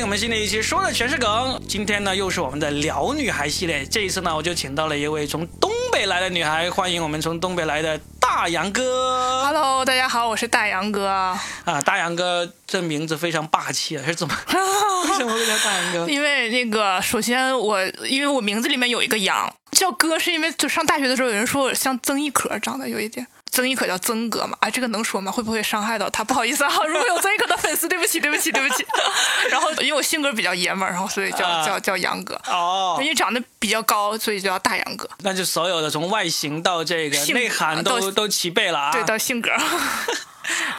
我们新的一期，说的全是梗。今天呢，又是我们的聊女孩系列。这一次呢，我就请到了一位从东北来的女孩，欢迎我们从东北来的大杨哥。 Hello，大家好，我是大杨哥。啊，大杨哥这名字非常霸气啊，是怎么？为什么会叫大杨 哥？因为那个，首先我因为我名字里面有一个杨，叫哥是因为就上大学的时候有人说我像曾轶可长得有一点。曾轶可叫曾哥嘛？啊，这个能说吗？会不会伤害到他？不好意思啊， 如果有曾轶可的粉丝，对不起，对不起，对不起。 然后因为我性格比较爷们儿，然后所以叫、啊叫叫杨哥。哦因，为长得比较高，所以就叫大杨哥。那就所有的从外形到这个性格内涵都到都齐备了啊。对，到性格。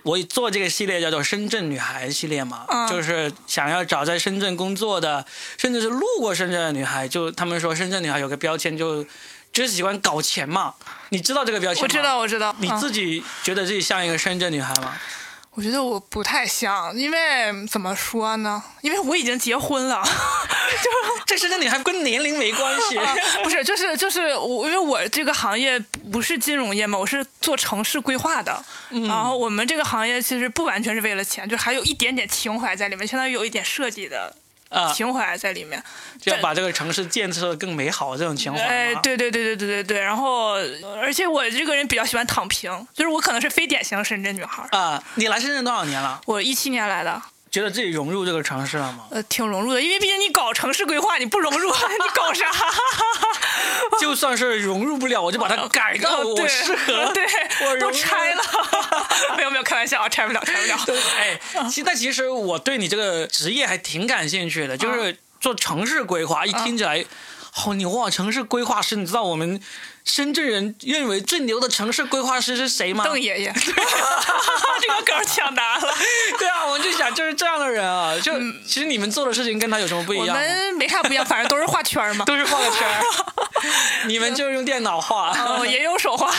我做这个系列叫做“深圳女孩”系列嘛，嗯就是想要找在深圳工作的，甚至是路过深圳的女孩，就他们说深圳女孩有个标签，就只喜欢搞钱嘛。你知道这个标签吗？ 我知。道，我知道。你嗯自己觉得自己像一个深圳女孩 吗？我觉得我不太像，因为怎么说呢？因为我已经结婚了，就这深圳女孩跟年龄没关系 是、。啊、不是就是就是我，因为我这个行业不是金融业嘛，我是做城市规划的。嗯然后我们这个行业其实不完全是为了钱，就还有一点点情怀在里面，相当于有一点设计的啊，情怀在里面。就要把这个城市建设得更美好，这种情怀哎，嘛。对对对对对对对。然后，而且我这个人比较喜欢躺平，就是我可能是非典型深圳女孩儿。啊，你来深圳多少年了？我一七年来的，觉得自己融入这个城市了 吗？呃，挺融入的，因为毕竟你搞城市规划，你不融入， 你搞啥？就算是融入不了，我就把它改到哦我对。适合 对， 我融都入拆了， 没有没有，开玩笑啊，拆不了，拆 不了。哎，其但其实我对你这个职业还挺感兴趣的，就是嗯做城市规划，一听起来。好牛啊！城市规划师，你知道我们深圳人认为最牛的城市规划师是谁吗？邓爷爷， 这个梗儿抢答了。 对啊，我就想就是这样的人啊，就、其实你们做的事情跟他有什么不一嗯我样吗？们没啥不一样，反正都是画圈儿嘛，都是画个圈 儿，你们就是用电脑画。嗯，也有手画，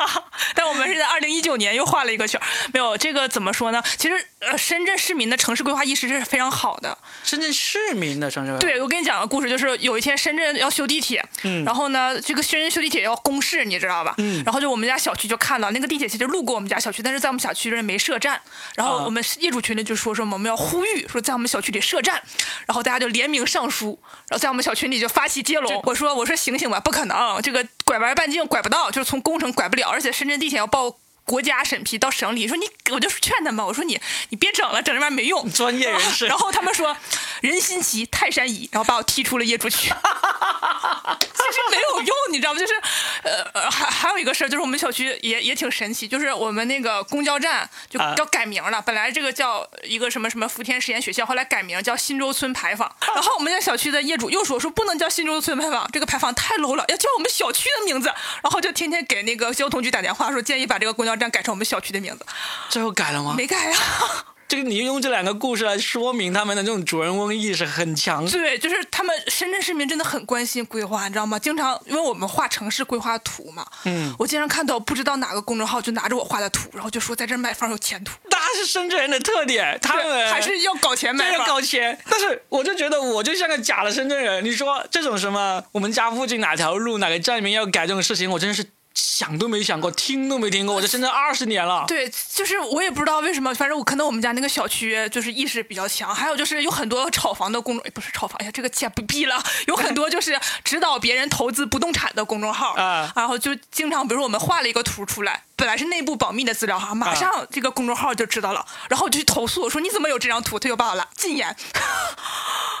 但我们是在二零一九年又画了一个圈儿。没有这个怎么说呢？其实呃，深圳市民的城市规划意识是非常好的。 深圳市民的城市规划，对，我跟你讲个故事，就是有一天深圳要修地铁，嗯然后呢，这个深圳修地铁要公示，你知道吧？嗯然后就我们家小区就看到那个地铁其实路过我们家小区，但是在我们小区这没设站，然后啊我们业主群里就说说我们要呼吁说在我们小区里设站，然后大家就联名上书，然后在我们小群里就发起接龙，我说我说醒醒吧，不可能，这个拐弯半径拐不到，就是从工程拐不了，而且深圳地铁要报。国家审批到省里，说你，我就劝他们，我说你，你别整了，整这玩意儿没用。专业人士嗯然后他们说人心齐，泰山移，然后把我踢出了业主区。其实没有用，你知道吗？就是，呃，呃还还有一个事儿，就是我们小区也也挺神奇，就是我们那个公交站就啊要改名了，本来这个叫一个什么什么福田实验学校，后来改名叫新洲村牌坊。然后我们家小区的业主又说说不能叫新洲村牌坊，这个牌坊太 low 了，要叫我们小区的名字。然后就天天给那个交通局打电话说建议把这个公交站改成我们小区的名字， 最后改了吗？没改啊。这个你用这两个故事来说明他们的这种主人翁意识很强。对，就是他们深圳市民真的很关心规划，你知道吗？经常因为我们画城市规划图嘛，嗯，我经常看到不知道哪个公众号就拿着我画的图，然后就说在这儿买房有前途，大家是深圳人的特点，他们对还是要搞钱真买的房。搞钱。但是我就觉得我就像个假的深圳人。你说这种什么我们家附近哪条路哪个站名要改这种事情，我真是想都没想过，听都没听过。我在深圳二十年了。 对，就是我也不知道为什么，反正我可能我们家那个小区就是意识比较强，还有就是有很多炒房的公众，哎不是炒房，哎呀，这个钱不必了，有很多就是指导别人投资不动产的公众号啊然后就经常比如说我们画了一个图出来，本来是内部保密的资料哈，马上这个公众号就知道了，然后我就去投诉我说你怎么有这张图，他就把我拉禁言。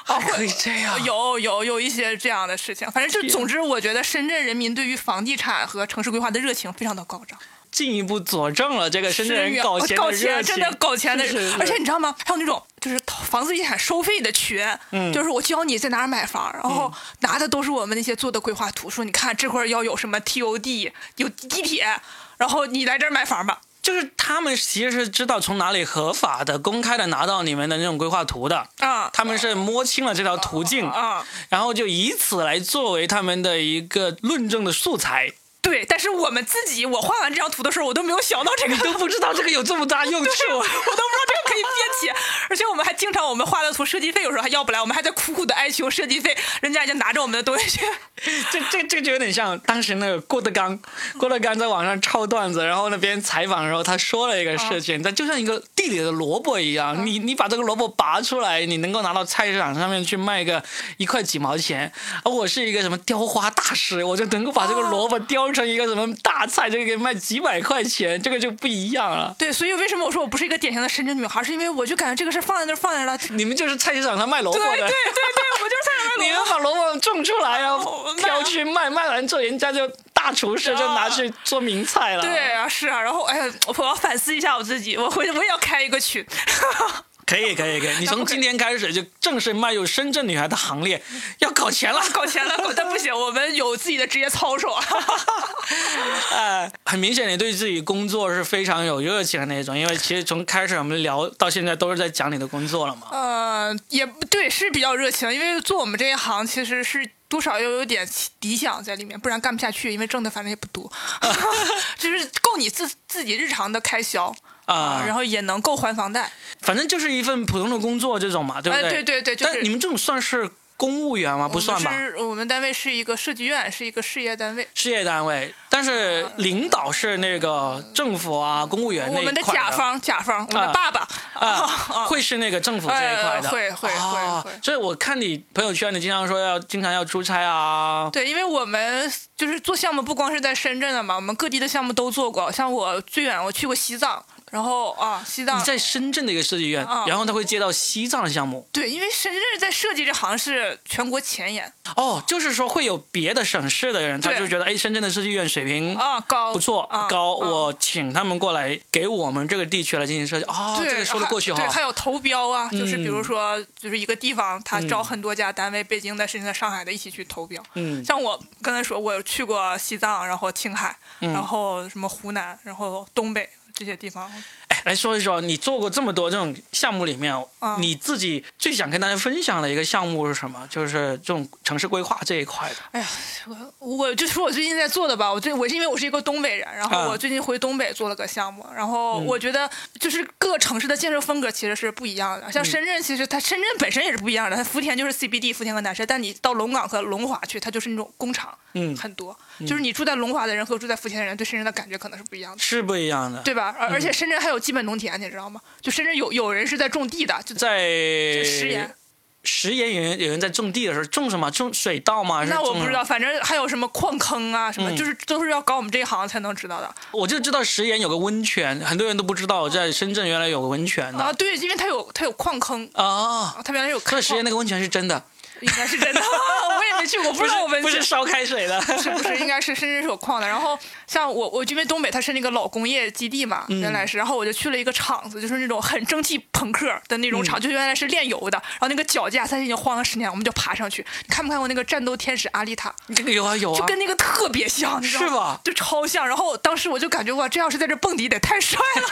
哦，可以这样有有有一些这样的事情，反正就总之，我觉得深圳人民对于房地产和城市规划的热情非常的高涨。进一步佐证了这个深圳是人呀啊搞哦搞钱的热情，钱真的搞钱的是是是而且你知道吗？还有那种就是房地产收费的群，嗯就是我教你在哪儿买房，然后拿的都是我们那些做的规划图，说你看这块儿要有什么 TOD，有地铁，然后你来这儿买房吧。就是他们其实是知道从哪里合法的、公开的拿到你们的那种规划图的。啊他们是摸清了这条途径，啊，然后就以此来作为他们的一个论证的素材。对，但是我们自己，我画完这张图的时候，我都没有想到 这个你。 都不知道这个有这么大用处。啊我都不知道这个可以编写，而且我们还经常我们画的图设计费有时候还要不来，我们还在苦苦的哀求设计费，人家已经拿着我们的东西去这这这就有点像当时那个郭德纲，郭德纲在网上抄段子，然后那边采访的时候，他说了一个事哦情，但就像一个地里的萝卜一嗯样，你你把这个萝卜拔出来，你能够拿到菜市场上面去卖个一块几毛钱，而我是一个什么雕花大师，我就能够把这个萝哦卜雕成一个什么大菜，这个给卖几百块钱，这个就不一样了。对，所以为什么我说我不是一个典型的深圳女孩，是因为我就感觉这个事儿放在那儿放在那儿了。你们就是菜市场上卖萝卜对的，对对对，我就是在那儿你弄们把萝卜种出来啊哦，卖啊挑去卖，卖完之后人家就大厨师就拿去做名菜了。对，啊，是啊，然后哎呀，我我要反思一下我自己，我回我也要开一个群。可以可以可以，你从今天开始就正式迈入深圳女孩的行列，要搞钱 了。搞钱了，搞但不行，我们有自己的职业操守啊。呃，很明显你对自己工作是非常有热情的那种，因为其实从开始我们聊到现在都是在讲你的工作了嘛。 呃，也不对，是比较热情，因为做我们这一行其实是多少又有点理想在里面，不然干不下去，因为挣的反正也不 多，就是够你自自己日常的开销啊然后也能够还房贷。反正就是一份普通的工作这种嘛，对不哎对？对对对就是但你们这种算是公务员吗？不算吧我。们是我们单位是一个设计院，是一个事业单位。事业单位，但是领导是那个政府啊，公务员那我一们的块甲方，甲方，我们啊的爸爸啊，会是那个政府这一块的，哦哎会会啊会会所以我看你朋友圈，你经常说要经常要出差啊，对，因为我们就是做项目，不光是在深圳的嘛，我们各地的项目都做过。像我最远我去过西藏，然后啊，西藏你在深圳的一个设计院，啊然后他会接到西藏的项目。对，因为深圳在设计这行是全国前沿哦，就是说会有别的省市的人，他对就觉得哎，深圳的设计院水平啊，高不错、啊、高，啊我请他们过来给我们这个地区来进行设计。哦，对这个说得还过去哈对，。还有投标啊，就是比嗯如说，就是一个地方，他招很多家单位，北京的、深圳的、上海的一起去投标。嗯像我刚才说，我有去过西藏，然后青海，嗯然后什么湖南，然后东北这些地方，哎，来说一说，你做过这么多这种项目里面，啊你自己最想跟大家分享的一个项目是什么？就是这种城市规划这一块的。哎呀，我我就说我最近在做的吧。我最我是因为我是一个东北人，然啊后我最近回东北做了个项目，然后我觉得就是各个城市的建设风格其实是不一样的。像深圳，其实它深圳本身也是不一样的，它福田就是 CBD，福田和南山，但你到龙岗和龙华去，它就是那种工厂，嗯很多。就是你住在龙华的人和住在福田的人对深圳的感觉可能是不一样的。是不一样的。对吧？而而且深圳还有基本农田，你知道吗？就深圳有有人是在种地的，就在在食盐。食盐有人有人在种地的时候种什么？种水稻吗？还是那我种不知什么道，。反正还有什么矿坑啊，什么、嗯就是都是要搞我们这一行才能知道的。我就知道食盐有个温泉，很多人都不知道，在深圳原来有个温泉的啊，对，因为它有它有矿坑，啊。啊，它原来有开所以食矿盐，那个温泉是真的，应该是 真的，我也没去过，不知道我们不是烧开水 的。是不是应该是深圳是有矿的。然后像我，我因为东北它是那个老工业基地嘛，嗯原来是，然后我就去了一个厂子，就是那种很蒸汽朋克的那种嗯厂，就原来是炼油的，然后那个脚架它已经晃了十年，我们就爬上去。你看没看过那个战斗天使阿丽塔？这个有啊有就啊。跟那个特别像，你知道是吧就超像。然后当时我就感觉哇，这要是在这蹦迪得太帅了。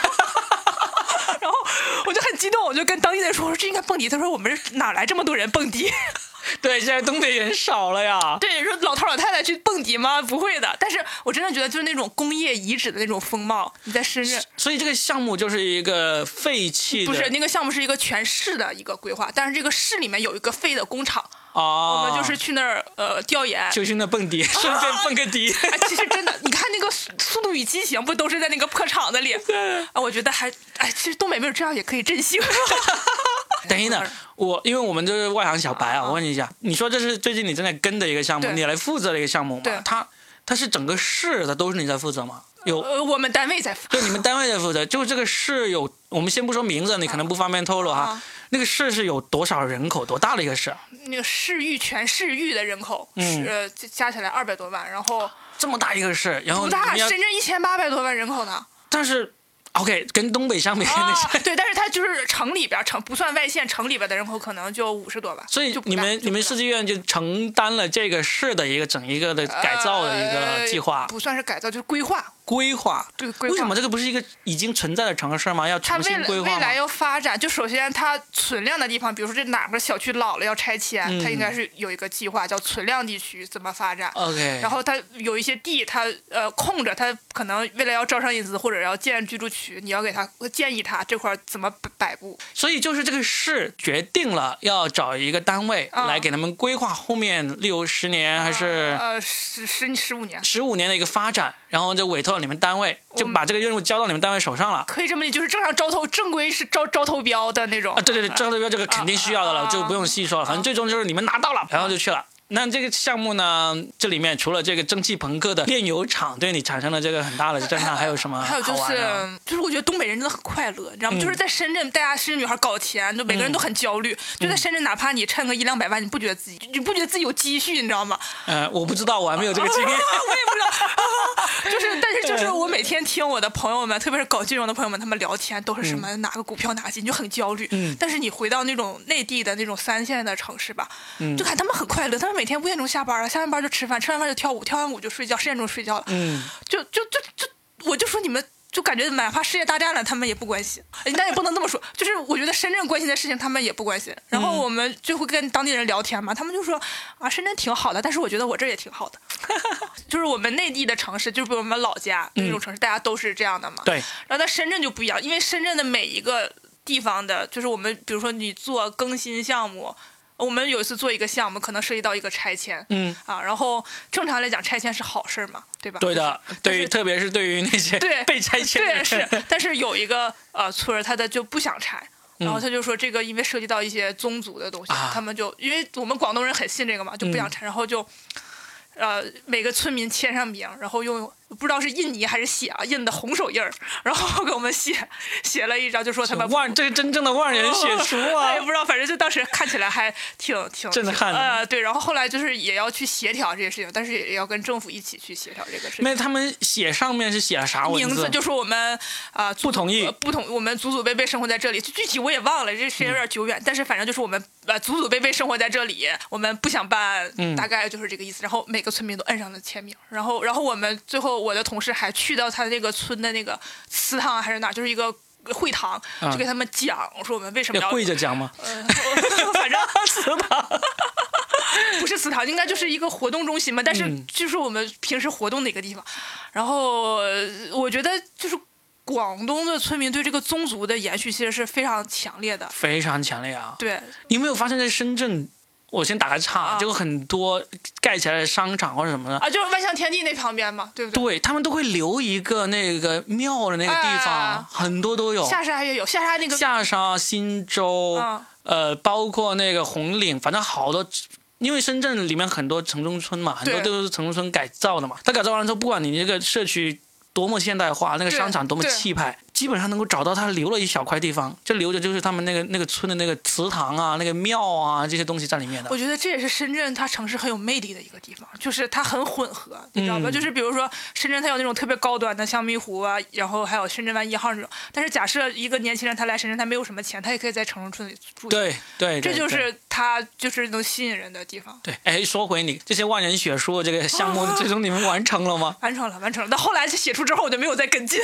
然后我就很激动，我就跟当地人说：“我说这应该蹦迪。”他说：“我们这哪来这么多人蹦迪 对，现在东北人少了呀？” 。对，说老头老太太去蹦迪吗？不会的。但是我真的觉得就是那种工业遗址的那种风貌，你在深圳。所以这个项目就是一个废弃的，不是那个项目是一个全市的一个规划，但是这个市里面有一个废的工厂，啊，我们就是去那儿呃调研。就去那蹦迪，顺便蹦个 迪。哎，其实真的，你看那个速《速度与激情》，不都是在那个破 厂子里？啊，我觉得还，哎，其实东北没有这样也可以振 兴。等一等，我因为我们这是外行小白啊，啊我问你一下，你说这是最近你正在跟的一个项目，对你来负责的一个项目对嘛？它它是整个市的都是你在负责吗？有。呃，我们单位在发对，你们单位在负责，就这个市有，我们先不说名字，你可能不方便透露哈。啊那个市是有多少人口，多大的一个市？啊那个市域全市域的人口，嗯是呃加起来二百多万，然后这么大一个市，然后不你大，们要深，圳一千八百多万人口 呢。但是 OK，跟东北相比，那啊是， 对，但是它就是城里边，城不算外县，城里边的人口可能就五十多万。所以就不你大们就你们不大设计院就承担了这个市的一个整一个的改造的一个呃计划，不算是改造，就是规划。规划。对规划为什么这个不是一个已经存在的城市吗？要它重为新了规划未来吗？要发展，就首先它存量的地方，比如说这哪个小区老了要拆迁，嗯哦它应该是有一个计划叫存量地区怎么发展。 OK，然后它有一些地，它呃空着，它可能为了要招商引资或者要建居住区，你要给它建议它这块儿怎么摆摆布。所以就是这个市决定了要找一个单位啊来给他们规划后面，例如十年还是呃十十十五年，十五年的一个发展，然后就委托你们单位，就我们把这个任务交到你们单位手上了。可以这么理解，就是正常招投正规是招招投标的那种啊，对对对，张德标这个肯定需要的了，啊就不用细说了。反正最终就是你们拿到了，然后就去了。那这个项目呢，这里面除了这个蒸汽朋克的炼油厂对你产生了这个很大的震撼，还有什么还有就好玩的？是，就是我觉得东北人真的很快乐，你知道吗？嗯就是在深圳，大家深圳女孩搞钱，就每个人都很焦虑。就在嗯深圳，哪怕你趁个一两百万，你不觉得自己，你不觉得自己有积蓄，你知道吗？呃，我不知道，我还没有这个经我历 也。不知 道，就是，但是就是我每天听我的朋友们，特别是搞金融的朋友们，他们聊天都是什么哪个股票哪些，你就很焦虑。嗯但是你回到那种内地的那种三线的城市吧，嗯就看他们很快乐，他们每天五点钟下班啊了，下完班就吃饭，吃完饭就跳舞，跳完舞就睡觉，十点钟睡觉了。嗯，就就就就，我就说你们。就感觉哪怕世界大战了，他们也不关心。哎但也不能这么说，就是我觉得深圳关心的事情，他们也不关心。然嗯后我们就会跟当地人聊天嘛，他们就说啊，深圳挺好的，但是我觉得我这儿也挺好的。就是我们内地的城市，就是比如我们老家那种城市，大家都是这样的嘛。嗯对，然后在深圳就不一样，因为深圳的每一个地方的，就是我们比如说你做更新项目，我们有一次做一个项目，可能涉及到一个拆迁，嗯，啊，然后正常来讲拆迁是好事儿嘛，对 吧？对的。对于特别是对于那些对被拆迁的对人，是，但是有一个呃村儿，他的就不想拆。然后他就说，这个因为涉及到一些宗族的东嗯西，啊嗯他们就因为我们广东人很信这个嘛，就不想拆，然后就，呃，每个村民签上名，然后用不知道是印泥还是写啊，印的红手印儿，然后 给我们写写了一张，就说他们万这是真正的万哦人 写书啊我也！不知道，反正就当时看起来还挺挺震撼的挺呃，对，然后后来就是也要去协调这些事情，但是也要跟政府一起去协调这个事情。那他们写上面是写了啥文名字就说我们啊、呃不同意呃不同，我们祖祖辈辈生活在这里，具体我也忘了，这时间有点久嗯远，但是反正就是我们呃祖祖辈辈生活在这里，我们不想搬，嗯大概就是这个意思。然后每个村民都摁上了签名，然后然后我们最后我的同事还去到他那个村的那个祠堂啊还是哪儿，就是一个。会堂啊哎就给他们讲说我们为什么要要跪着讲吗？呃，反正是的， 不是祠堂，应该就是一个活动中心嘛，但是嗯就是我们平时活动的一个地方。然后呃我觉得就是广东的村民对这个宗族的延续其实是非常强烈的。非常强烈啊！对，你有没有发现，在深圳，我先打个岔，啊就很多盖起来的商场或者什么的，啊，就是万象天地那旁边嘛，对不对？对他们都会留一个那个庙的那个地方，哎很多都有。下沙也有，下沙那个下沙、新洲，啊呃，包括那个红岭，反正好多。因为深圳里面很多城中村嘛，很多对都是城中村改造的嘛。它改造完了之后，不管你这个社区多么现代化，那个对商场多么对气派，基本上能够找到它留了一小块地方，就留着就是他们那个那个村的那个祠堂啊、那个庙啊这些东西在里面的。我觉得这也是深圳它城市很有魅力的一个地方，就是它很混合，你知道吧？嗯就是比如说深圳它有那种特别高端的，像蜜湖啊，然后还有深圳湾一号那种。但是假设一个年轻人他来深圳，他没有什么钱，他也可以在城中村里住。，对对，这对就对是它就是能吸引人的地方。对，哎，说回你这些万人血书这个项目，哦最终你们完成了吗？ 完成了，完成了。但后来写出之后，我就没有再跟进，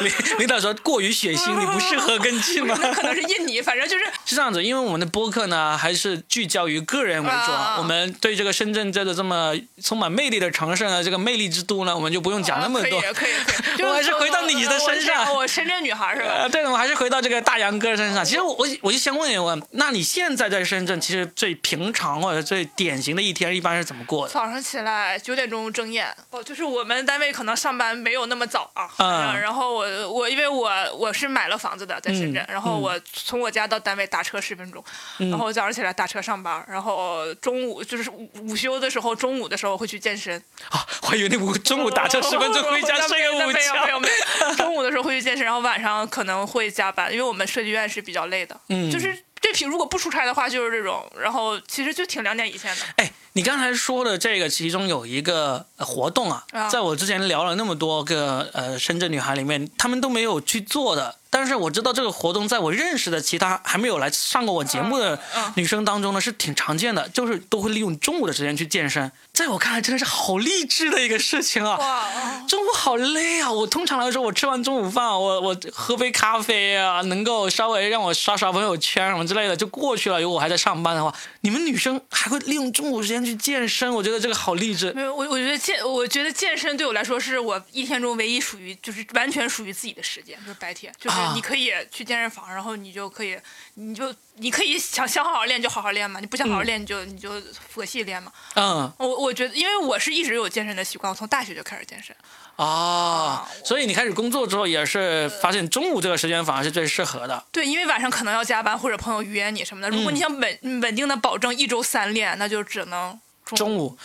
领领导说过于血腥，你不适合跟进吗？那可能是印尼，反正就是是这样子，因为我们的播客呢还是聚焦于个人为主啊啊，我们对这个深圳这个这么充满魅力的城市呢，啊这个魅力之都呢，我们就不用讲那么多。啊可以，可以，可以。就是我还是回到你的身上我我我深圳女孩是吧？呃，对了，我还是回到这个大杨哥身嗯上。其实我我我就先问一问，那你现在在深圳，其实最平常或者最典型的一天一般是怎么过的？早上起来九点钟睁眼，哦，就是我们单位可能上班没有那么早啊。嗯然后我我因为我我是买了房子的，在深圳，嗯然后我从我家到单位打车十分钟，然后早上起来打车上班，然后中午就是午午休的时候，中午的时候会去健身，啊，我还以为你午中午打车十分钟回家睡个午哦 没有没有觉。没有。中午的时候会去健身，然后晚上可能会加班，因为我们设计院是比较累的。嗯就是这批如果不出差的话就是这种，然后其实就挺两点一线的。哎，你刚才说的这个，其中有一个呃活动啊，啊在我之前聊了那么多个呃深圳女孩里面，她们都没有去做的，但是我知道这个活动在我认识的其他还没有来上过我节目的女生当中呢，是挺常见的，就是都会利用中午的时间去健身。在我看来，真的是好励志的一个事情啊！哇哦中午好累啊！我通常来说，我吃完中午饭，我我喝杯咖啡啊，能够稍微让我刷刷朋友圈什么之类的就过去了。如果我还在上班的话，你们女生还会利用中午时间去健身，我觉得这个好励志没。有，我我觉得健，我觉得健身对我来说是我一天中唯一属于就是完全属于自己的时间，就是白天，就是啊你可以去健身房，然后你就可以，你就你可以想想好好练就好好练嘛，你不想好好练你就、你就佛系练嘛。嗯我我觉得，因为我是一直有健身的习惯，我从大学就开始健身。啊，所以你开始工作之后，也是发现中午这个时间反而是最适合的。对，因为晚上可能要加班或者朋友约你什么的，如果嗯你想稳、稳定的保证一周三练，那就只能中中午。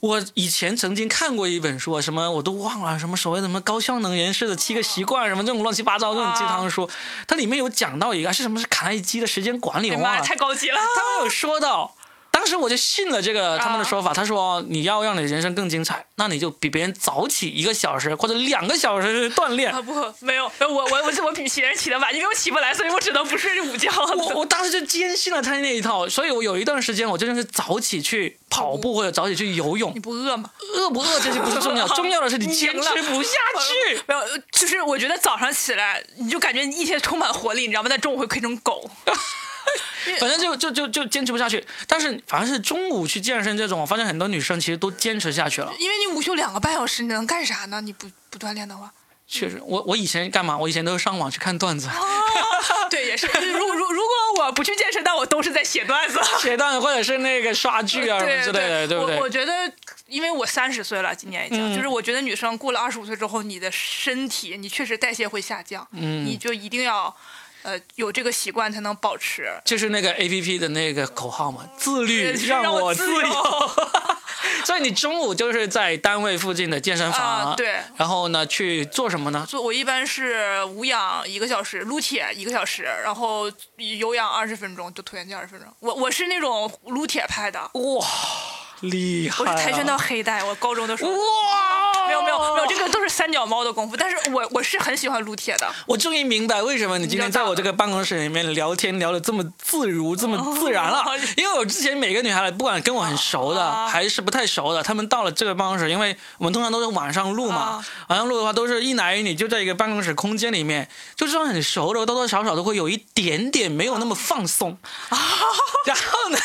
我以前曾经看过一本书，啊什么我都忘了，什么所谓的什么高效能人士的七个习惯，什么这种乱七八糟这种鸡汤书，它里面有讲到一个是什么是卡耐基的时间管理，哎我妈忘呀，了，太高级了！ 他们有说到，当时我就信了这个他们的说法。他说你要让你人生更精彩，那你就比别人早起一个小时或者两个小时去锻炼 啊。不，没有，我我我我比别人起得晚，因为我起不来，所以我只能不睡午觉。我我当时就坚信了他那一套，所以我有一段时间我真的是早起去跑步或者早起去游泳你，不饿吗？ 饿不饿这些不是 重要，重要的是你坚赢了持不下去。 没有，就是我觉得早上起来你就感觉一天充满活力，你知道吗？但中午会变成狗。反正就就就就坚持不下去，但是反正是中午去健身这种，我发现很多女生其实都坚持下去了。因为你午休两个半小时，你能干啥呢？你不不锻炼的话，确实，我我以前干嘛？我以前都是上网去看段子，哦， 对，也是。如如如果我不去健身，那我都是在写段子。写段子或者是那个刷剧啊什么对之类的，对不我我对？觉得，因为我三十岁了，今年已经，嗯就是我觉得女生过了二十五岁之后，你的身体你确实代谢会下降，嗯你就一定要。呃，有这个习惯才能保持。就是那个 A P P 的那个口号嘛，自律对让让我我自自由由。 所以你中午就是在单位附近的健身房，啊对然后呢去做什么呢？做我一般是无氧一个小时，撸铁一个小时，然后有氧二十分钟，就椭圆机二十分钟。我我是那种撸铁派的，哇，厉害、我啊！是跆拳道黑带，我高中的时候。哇，没有没有没有，这个都是三脚猫的功夫，但是我我是很喜欢撸铁的。我终于明白为什么你今天在我这个办公室里面聊天聊得这么自如、这么自然 了哦。因为我之前每个女孩，不管跟我很熟的啊还是不太熟的，她们到了这个办公室，因为我们通常都是晚上录嘛啊，晚上录的话都是一男一女就在一个办公室空间里面，就算很熟的，多多少少都会有一点点没有那么放松。啊 然后呢，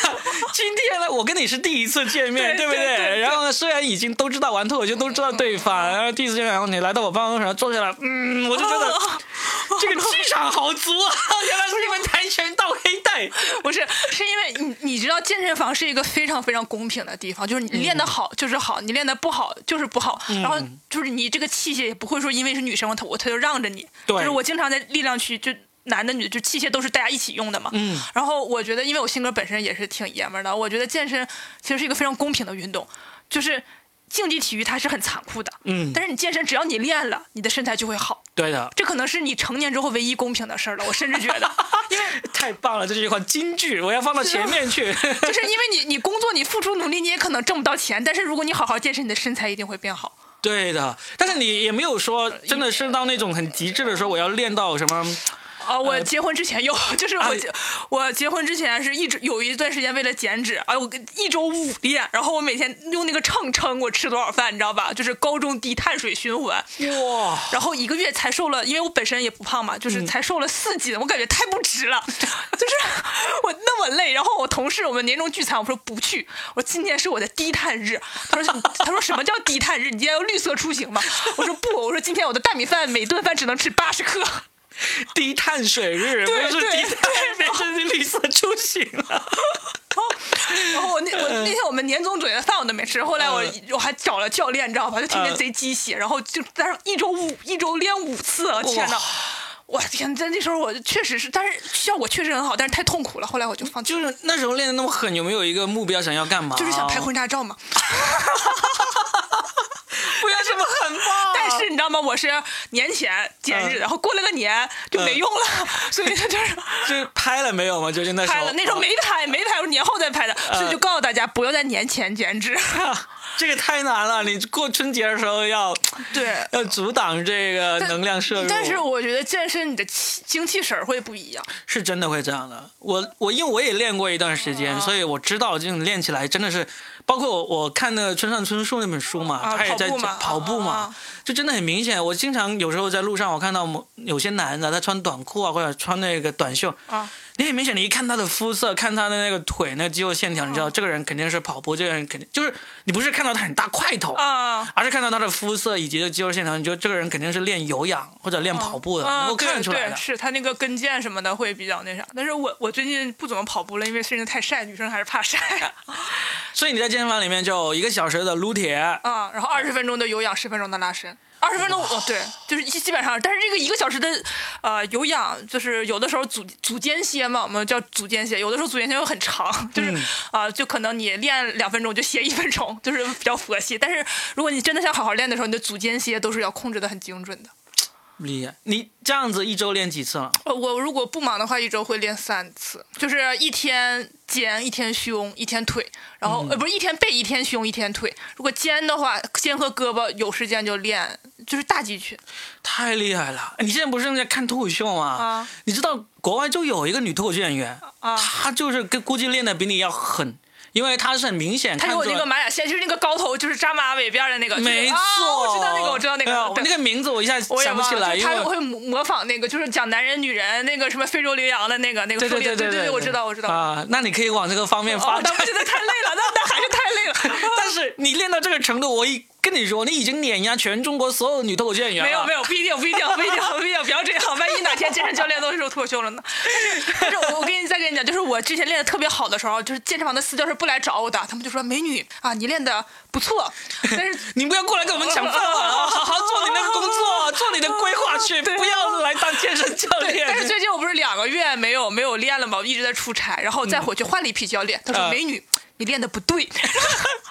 今天呢，我跟你是第一次见面， 对不对对对然后呢，虽然已经都知道玩脱口秀，都知道对方，然后第一次见面，然后你来到我办公室坐下来，嗯，我就觉得。这个气场好足 啊！原来是因为跆拳道黑带。 不是，是因为你你知道健身房是一个非常非常公平的地方，就是你练得嗯好就是好，你练得不好就是不好，然后就是你这个器械也不会说因为是女生他我他就让着你，对就是我经常在力量区就。男的女就器械都是大家一起用的嘛，嗯，然后我觉得，因为我性格本身也是挺爷们儿的，我觉得健身其实是一个非常公平的运动，就是竞技体育它是很残酷的，嗯但是你健身只要你练了，你的身材就会好，对的，这可能是你成年之后唯一公平的事儿了，我甚至觉 得，因为太棒了！这句话金句，我要放到前面去。 就是因为你你工作你付出努力你也可能挣不到钱，但是如果你好好健身，你的身材一定会变好。 对的，但是你也没有说真的是到那种很极致的时候，我要练到什么？啊、我结婚之前 有，就是我结、我结婚之前是一直有一段时间为了减脂，啊，我跟一周五练，然后我每天用那个秤称我吃多少饭，你知道吧？就是高中低碳水循环，哇！然后一个月才瘦了，因为我本身也不胖嘛，就是才瘦了四斤，我感觉太不值了， 就是我那么累。然后我同事我们年终聚餐，我说不去，我说今天是我的低碳日。他说他说什么叫低碳日？你今天要绿色出行吗？我说不，我说今天我的大米饭每顿饭只能吃八十克。低碳水日不对是对低碳对日，真是绿色出行啊了。然后我那我那天我们年终准备饭我都没吃，后来我嗯我还找了教练，你知道吧？就天天嗯贼鸡血，然后就但是一周五一周练五次，天呐哇！我天，在那时候我确实是，但是效果确实很好，但是太痛苦了。后来我就放 弃，就是那时候练的那么狠，有没有一个目标想要干嘛？就是想拍婚纱照嘛。 不要这么狠吧？ 但是你知道吗？我是年前监制，嗯然后过了个年就没用了，所以就是。就是啊拍了没有吗？就是那时候嗯拍了，那时候没拍，没拍，我是年后再拍的，所以就告诉大家不要在年前剪纸。 这个太难了，你过春节的时候要对，要阻挡这个 能量摄入，但是我觉得健身你的气精气神儿会不一样。是真的会这样的。我我因为我也练过一段时间，啊所以我知道这种练起来真的是，包括我我看那个村上春树那本书嘛，啊他也在跑步嘛讲跑步嘛，啊啊就真的很明显。我经常有时候在路上，我看到某有些男的他穿短裤啊，或者穿那个短袖，啊你很明显，你一看他的肤色，看他的那个腿那肌肉线条，你啊知道这个人肯定是跑步，这个人肯定就是你不是看到他很大块头。啊，而是看到他的肤色以及这肌肉线条，你觉得这个人肯定是练有氧或者练跑步的，啊能够看对出来的对，。是他那个跟腱什么的会比较那啥。但是我我最近不怎么跑步了，因为身上太晒，女生还是怕晒所以你在健身房里面就一个小时的撸铁，啊。然后二十分钟的有氧，十分钟的拉伸。二十分钟，哦，对，就是基基本上，但是这个一个小时的，呃，有氧就是有的时候组组间歇嘛，我们叫组间歇，有的时候组间歇又很长，就是嗯啊、就可能你练两分钟就歇一分钟，就是比较佛系。但是如果你真的想好好练的时候，你的组间歇都是要控制的很精准的。厉害！你这样子一周练几次了？呃，我如果不忙的话，一周会练三次，就是一天肩，一天胸，一天腿，然后、呃不是一天背，一天胸，一天腿。如果肩的话，肩和胳膊有时间就练，就是大肌群。太厉害了！哎你现在不是正在看脱口秀吗？啊你知道国外就有一个女脱口秀演员，啊她就是跟估计练的比你要狠，因为她是很明显他看有出那个来。马甲线，就是那个高头，就是扎马尾辫儿的那个。就是没错、啊我知道那个，我知道那哎呀个。我对那个名字我一下我也想忘不了起来，就因他为会模模仿那个，就是讲男人、女人那个什么非洲羚羊的那个那个对狩对猎对对对我知道，我知道。啊，那你可以往这个方面哦发，展但。我觉得太累了，那那还是太累 了。但是你练到这个程度，我一跟你说，你已经碾压全中国所有女脱口秀演员了。没有没有，不一定不一定不一定不一定，不要这样，万一哪天健身教练都是脱口秀了呢？但是但是我跟你再跟你讲，就是我之前练的特别好的时候，就是健身房的私教是不来找我的，他们就说美女啊，你练的不错，但是。你不要过来跟我们抢饭碗 啊！好好做你的工作，做你的规划去，对不要来当健身教 对，练。但是最近我不是两个月没有没有练了嘛，我一直在出差，然后再回去换了一批教练，他说嗯美女。你练的不对，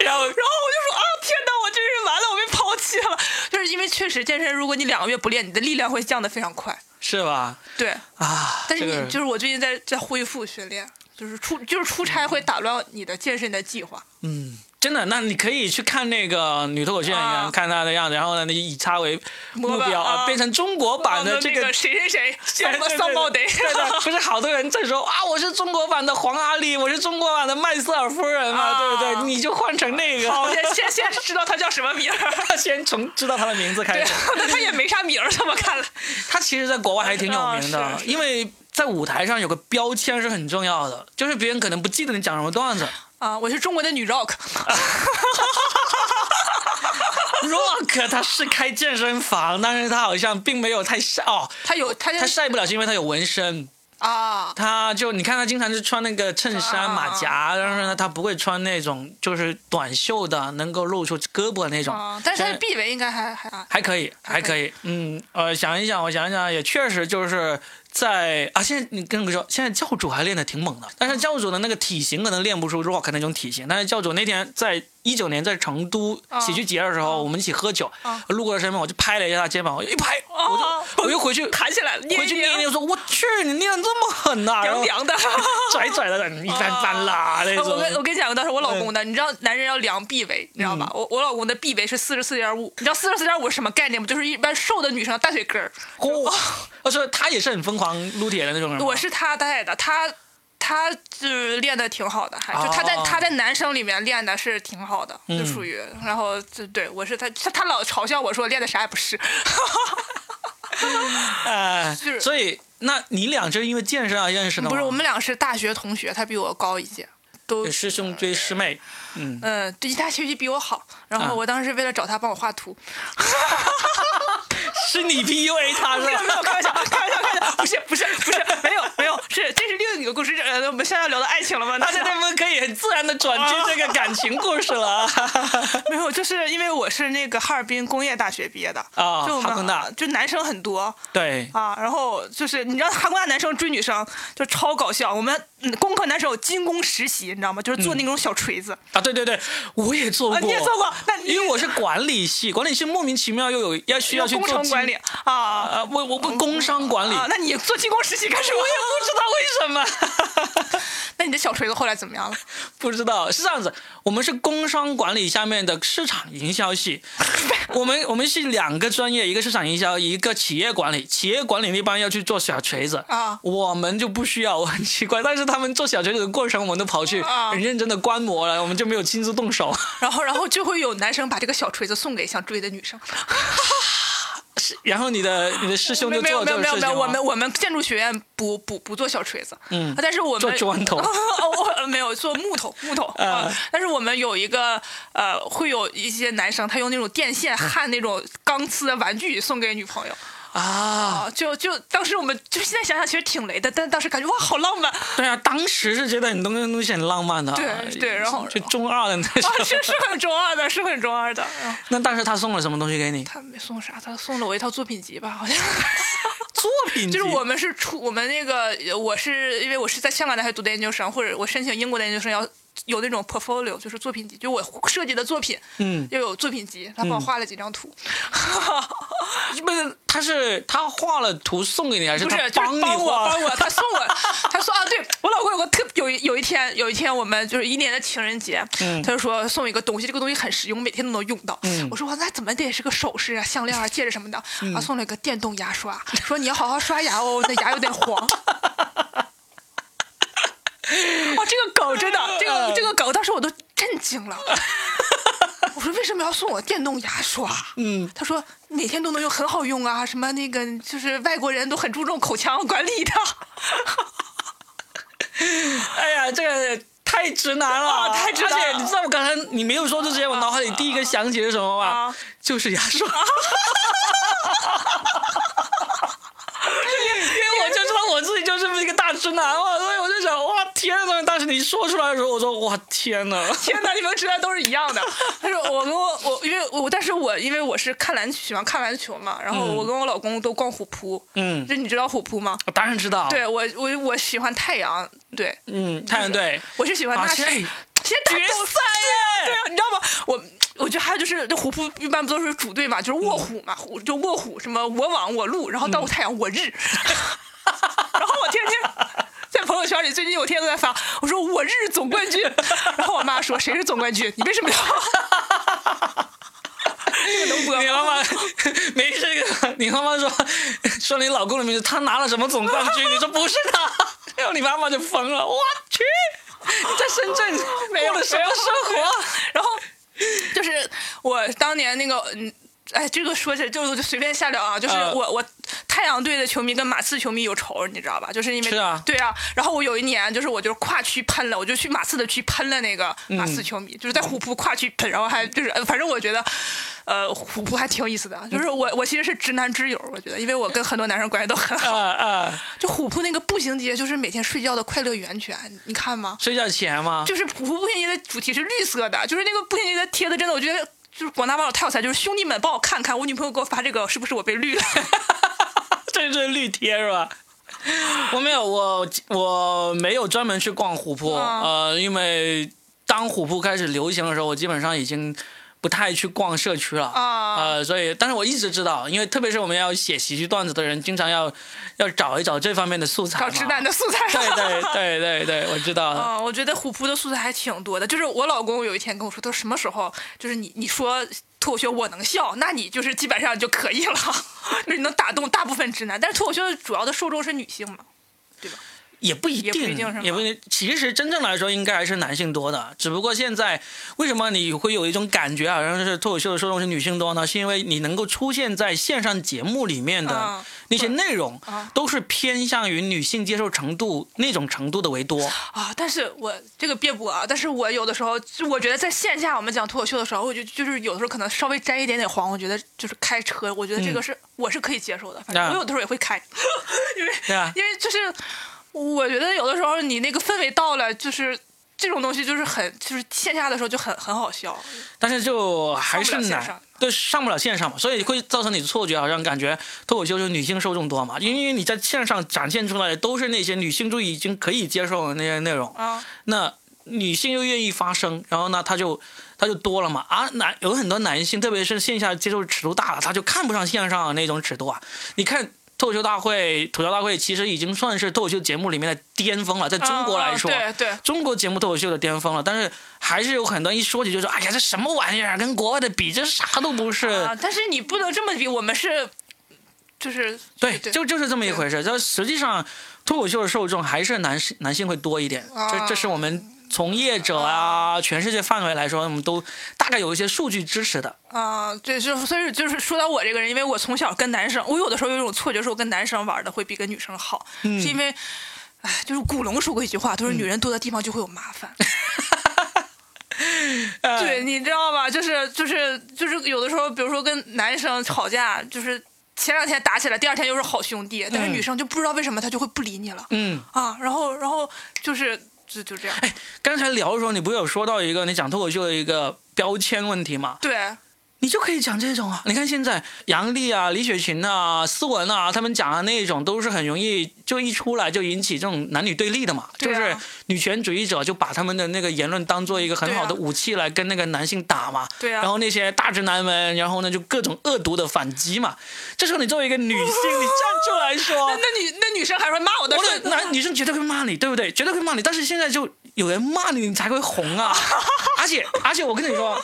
然后然后我就说啊，天哪，我真是完了，我被抛弃了。就是因为确实健身，如果你两个月不练，你的力量会降得非常快。是吧？对，啊，但是你、这个就是我最近在在恢复训练，就是出就是出差会打乱你的健身的计划。嗯，真的，那你可以去看那个女脱口秀演员，啊看她的样子，然后呢，你以她为目模板标啊变成中国版的这那个谁谁谁，对什对么对三胞得， 对的，不是好多人在说啊，我是中国版的黄阿丽，我是中国版的麦瑟尔夫人嘛，啊对不对？你就换成那个，好，哦先先先知道他叫什么 名儿。先从知道她的名字开对始。， 那他也没啥名儿，这么看来。他其实在国外还挺有名的，啊是是因为在舞台上有个标签是很重要的，就是别人可能不记得你讲什么段 子啊，我是中国的女 rock， ，Rock 他是开健身房，但是他好像并没有太晒哦，她有她就他晒不了是因为他有纹身，啊他就你看他经常是穿那个衬衫啊马甲，但是呢他不会穿那种就是短袖的能够露出胳膊那种，啊，但是她所以的臂围应该还还啊还可以，还还可可以，嗯，呃，想一想，我想一想，也确实就是在啊，现在你跟我说，现在教主还练的挺猛的，但是教主的那个体型可能练不出 rock 那种体型，但是教主那天在一九年在成都啊喜剧节的时候，啊我们一起喝酒啊，路过的身边我就拍了一下他肩膀，我就一拍，哦我就我又回去弹起来了，捏 回去捏捏一捏，我说我去，你练得这么狠呐、然凉 后凉的。拽拽的，一般般啦 那 我跟我种。跟你讲，当时我老公的，你知道男人要量臂围，你知道吧？我我老公的臂围是四十四点五，你知道四十四点五是什么概念吗？就是一般瘦的女生大腿根儿，哇！ 我说哦他也是很疯狂撸铁的那种人吗。我是他带的，他他就是练的挺好的，还哦嗯就他在他在男生里面练的是挺好的，就属于，然后就对我是他他他老嘲笑我说练的啥也不是，哎，是所以那你俩就是因为健身而认识的吗？不是我们俩是大学同学，他比我高一届，都对师兄追师妹，嗯，嗯，对他学习比我好，然啊后我当时为了找他帮我画图， 是你 PUA 他是没有没有，吧？开玩笑，开玩笑，开玩笑，不是不是不是，没有没有，是这是另一个故事。呃，我们现在要聊到爱情了吗？大家能不能可以很自然的转啊进这个感情故事了啊 没有，就是因为我是那个哈尔滨工业大学毕业的，啊就我哈们工大就男生很多对，啊，然后就是你知道哈工大男生追女生就超搞笑，我们嗯工科男生有金工实习，你知道吗？就嗯是做那种小锤子，啊，对对对，我也做过，啊你也做过那你因为我是管理系，管理系莫名其妙又有要需要去工做程金管理啊。啊，我我不工商管理，啊，那你做金工实习干什么？我也不知道为什么。 那你的小锤子后来怎么样了？不知道是这样子，我们是工商管理下面的市场营销 系，我们我们是两个专业，一个市场营销，一个企业管理。企业管理一般要去做小锤子啊我们就不需要，我很奇怪。但是他们做小锤子的过程，我们都跑去啊很认真的观摩了，我们就没有亲自动手。 然后，然后就会有男生把这个小锤子送给想追的女生。然后你的你的师兄就没有做没这有种事没有没情有，我吗们我们建筑学院不不不做小锤子，啊嗯但是我们做砖头 哦，我没有做木头木头啊、啊但是我们有一个呃，会有一些男生他用那种电线焊那种钢丝的玩具送给女朋友啊，啊，就就当时我们就现在想想其实挺雷的，但当时感觉哇好浪漫啊，对啊，当时是觉得很多东西很浪漫的啊，对对然后啊就中二的那时候。是是很中二的，是很中二的。然后那当时他送了什么东西给你？他没送啥，他送了我一套作品集吧，好像。作品就是集我们是出我们那个，呃我是因为我是在香港大学读的研究生，或者我申请英国的研究生要有那种 portfolio，就是作品集，就我设计的作品嗯。要有作品集，他帮我画了几张图，不是，他是他画了图送给你，还是不是他就是你帮我画？帮我，他送我，他说啊，对我老公有个特有一有一天有一天我们就是一年的情人节，嗯他就说送一个东西，这个东西很实用，每天都能用到。嗯我说哇，那怎么得也是个首饰啊、项链啊、戒指什么的，啊，送了一个电动牙刷，说你要好好刷牙哦，那牙有 点黄。哇，这个梗真的，这嗯个这个梗，当时我都震惊了。我说为什么要送我电动牙刷？嗯，他说每天都能用，很好用啊，什么那个就是外国人都很注重口腔管 理的，哎呀，这个太直男了，啊太直男了而且你知道我刚才你没有说之前，我脑海里第一个想起是什么吗？啊就是牙 刷。因为我就知道我自己就是这么一个大直男嘛，所以我就想，哇天呐！当时你说出来的时候，我说哇天呐！天哪，你们直男都是一样的。但是我跟我我因为我但是我因为我是看篮球喜欢看篮球嘛，然后我跟我老公都逛虎扑，嗯哦就你知道虎扑吗？我当然知道，对，我我我喜欢太阳，对嗯，太阳队我是喜欢啊纳什，现在 现在决赛耶！对啊，你知道吗？我我觉得还有就是，这虎扑一般不都是主队嘛，嗯就是卧虎嘛，虎就卧虎什么我往我路，然后到太阳我日， 然后我天天。在朋友圈里，最近我天天都在发，我说我日总冠军， 然后我妈说谁是总冠军？你为什么要？这个能 播你吗？老板没这个，你妈妈说 说你老公的名字，他拿了什么总冠军？你说不是他， 然后你妈妈就疯了，我去，你在深圳没有过了什么生活？然后就是我当年那个，嗯，哎，这个说起来就就随便瞎聊啊，就是呃我、我太阳队的球迷跟马刺球迷有仇，你知道吧？就是因为是啊对啊。然后我有一年就是我就跨区喷了，我就去马刺的区喷了那个马刺球迷，就是在虎扑跨区喷，然后还就是呃反正我觉得。呃，虎扑还挺有意思的，就是我我其实是直男之友，我觉得，因为我跟很多男生关系都很 啊好。啊，就虎扑那个步行街，就是每天睡觉的快乐源泉，你看吗？睡觉前吗？就是普普步行街的主题是绿色的，就是那个步行街的贴的，真的我觉得就是广大网友太有才，就是兄弟们帮我看看，我女朋友给我发这个是不是我被绿了？这是绿贴是吧？我没有，我我没有专门去逛虎扑，啊呃，因为当虎扑开始流行的时候，我基本上已经不太去逛社区了，啊呃，所以，但是我一直知道，因为特别是我们要写喜剧段子的人，经常要要找一找这方面的素材嘛，找直男的素材。对对对对对，我知道了。 嗯，我觉得虎扑的素材还挺多的。就是我老公有一天跟我说，他说什么时候就是你你说脱口秀我能笑，那你就是基本上就可以了， 就是你能打动大部分直男。但是脱口秀主要的受众是女性嘛，对吧？也不一定，也不一定是吗也不一定其实真正来说，应该还是男性多的。只不过现在为什么你会有一种感觉，好像是脱口秀的受众是女性多呢？是因为你能够出现在线上节目里面的啊那些内容啊，都是偏向于女性接受程度那种程度的为 多。啊，但是我这个别播啊，但是我有的时候，就我觉得在线下我们讲脱口秀的时候，我就就是有的时候可能稍微沾一点点黄，我觉得就是开车，我觉得这个是、我是可以接受的，反嗯正啊我有的时候也会开，因为对啊因为就是我觉得有的时候你那个氛围到了，就是这种东西就是很就是线下的时候就很很好笑，但是就还是上不了线难上，对，上不了线上嘛，所以会造成你错觉，好像感觉脱口秀就是女性受众多嘛，因为你在线上展现出来的都是那些女性就已经可以接受的那些内容，啊那女性又愿意发声，然后呢，她就她就多了嘛啊，男有很多男性，特别是线下接受尺度大了，他就看不上线上的那种尺度啊，你看。脱口秀大会、吐槽大会其实已经算是脱口秀节目里面的巅峰了，在中国来说，啊啊对对，中国节目脱口秀的巅峰了，但是还是有很多人一说起就说，哎呀，这什么玩意儿，跟国外的比，这啥都不是。啊，但是你不能这么比，我们是就是对，对就就是这么一回事。就实际上，脱口秀的受众还是男性男性会多一点，啊这这是我们从业者啊，全世界范围来说，我们都大概有一些数据支持的。啊，对，就所以就是说到我这个人，因为我从小跟男生，我有的时候有一种错觉，是我跟男生玩的会比跟女生好，嗯是因为，哎，就是古龙说过一句话，他说女人多的地方就会有麻烦。哎呃 对，你知道吧？就是就是就是有的时候，比如说跟男生吵架，就是前两天打起来，第二天又是好兄弟，但是嗯女生就不知道为什么她就会不理你了、嗯，啊。然后然后就是就就这样，哎刚才聊的时候，你不是有说到一个你讲脱口秀的一个标签问题吗？对。你就可以讲这种啊！你看现在杨笠啊、李雪琴啊、斯文啊，他们讲的那种都是很容易就一出来就引起这种男女对立的嘛，就对啊是女权主义者就把他们的那个言论当做一个很好的对啊武器来跟那个男性打嘛，对啊然后那些大直男们，然后呢就各种恶毒的反击嘛。这时候你作为一个女性，你站出来那说，那女那女生还会骂我的，我的说男女生绝对会骂你，对不对？绝对会骂你，但是现在就有人骂你，你才会红 啊！而且而且我跟你说，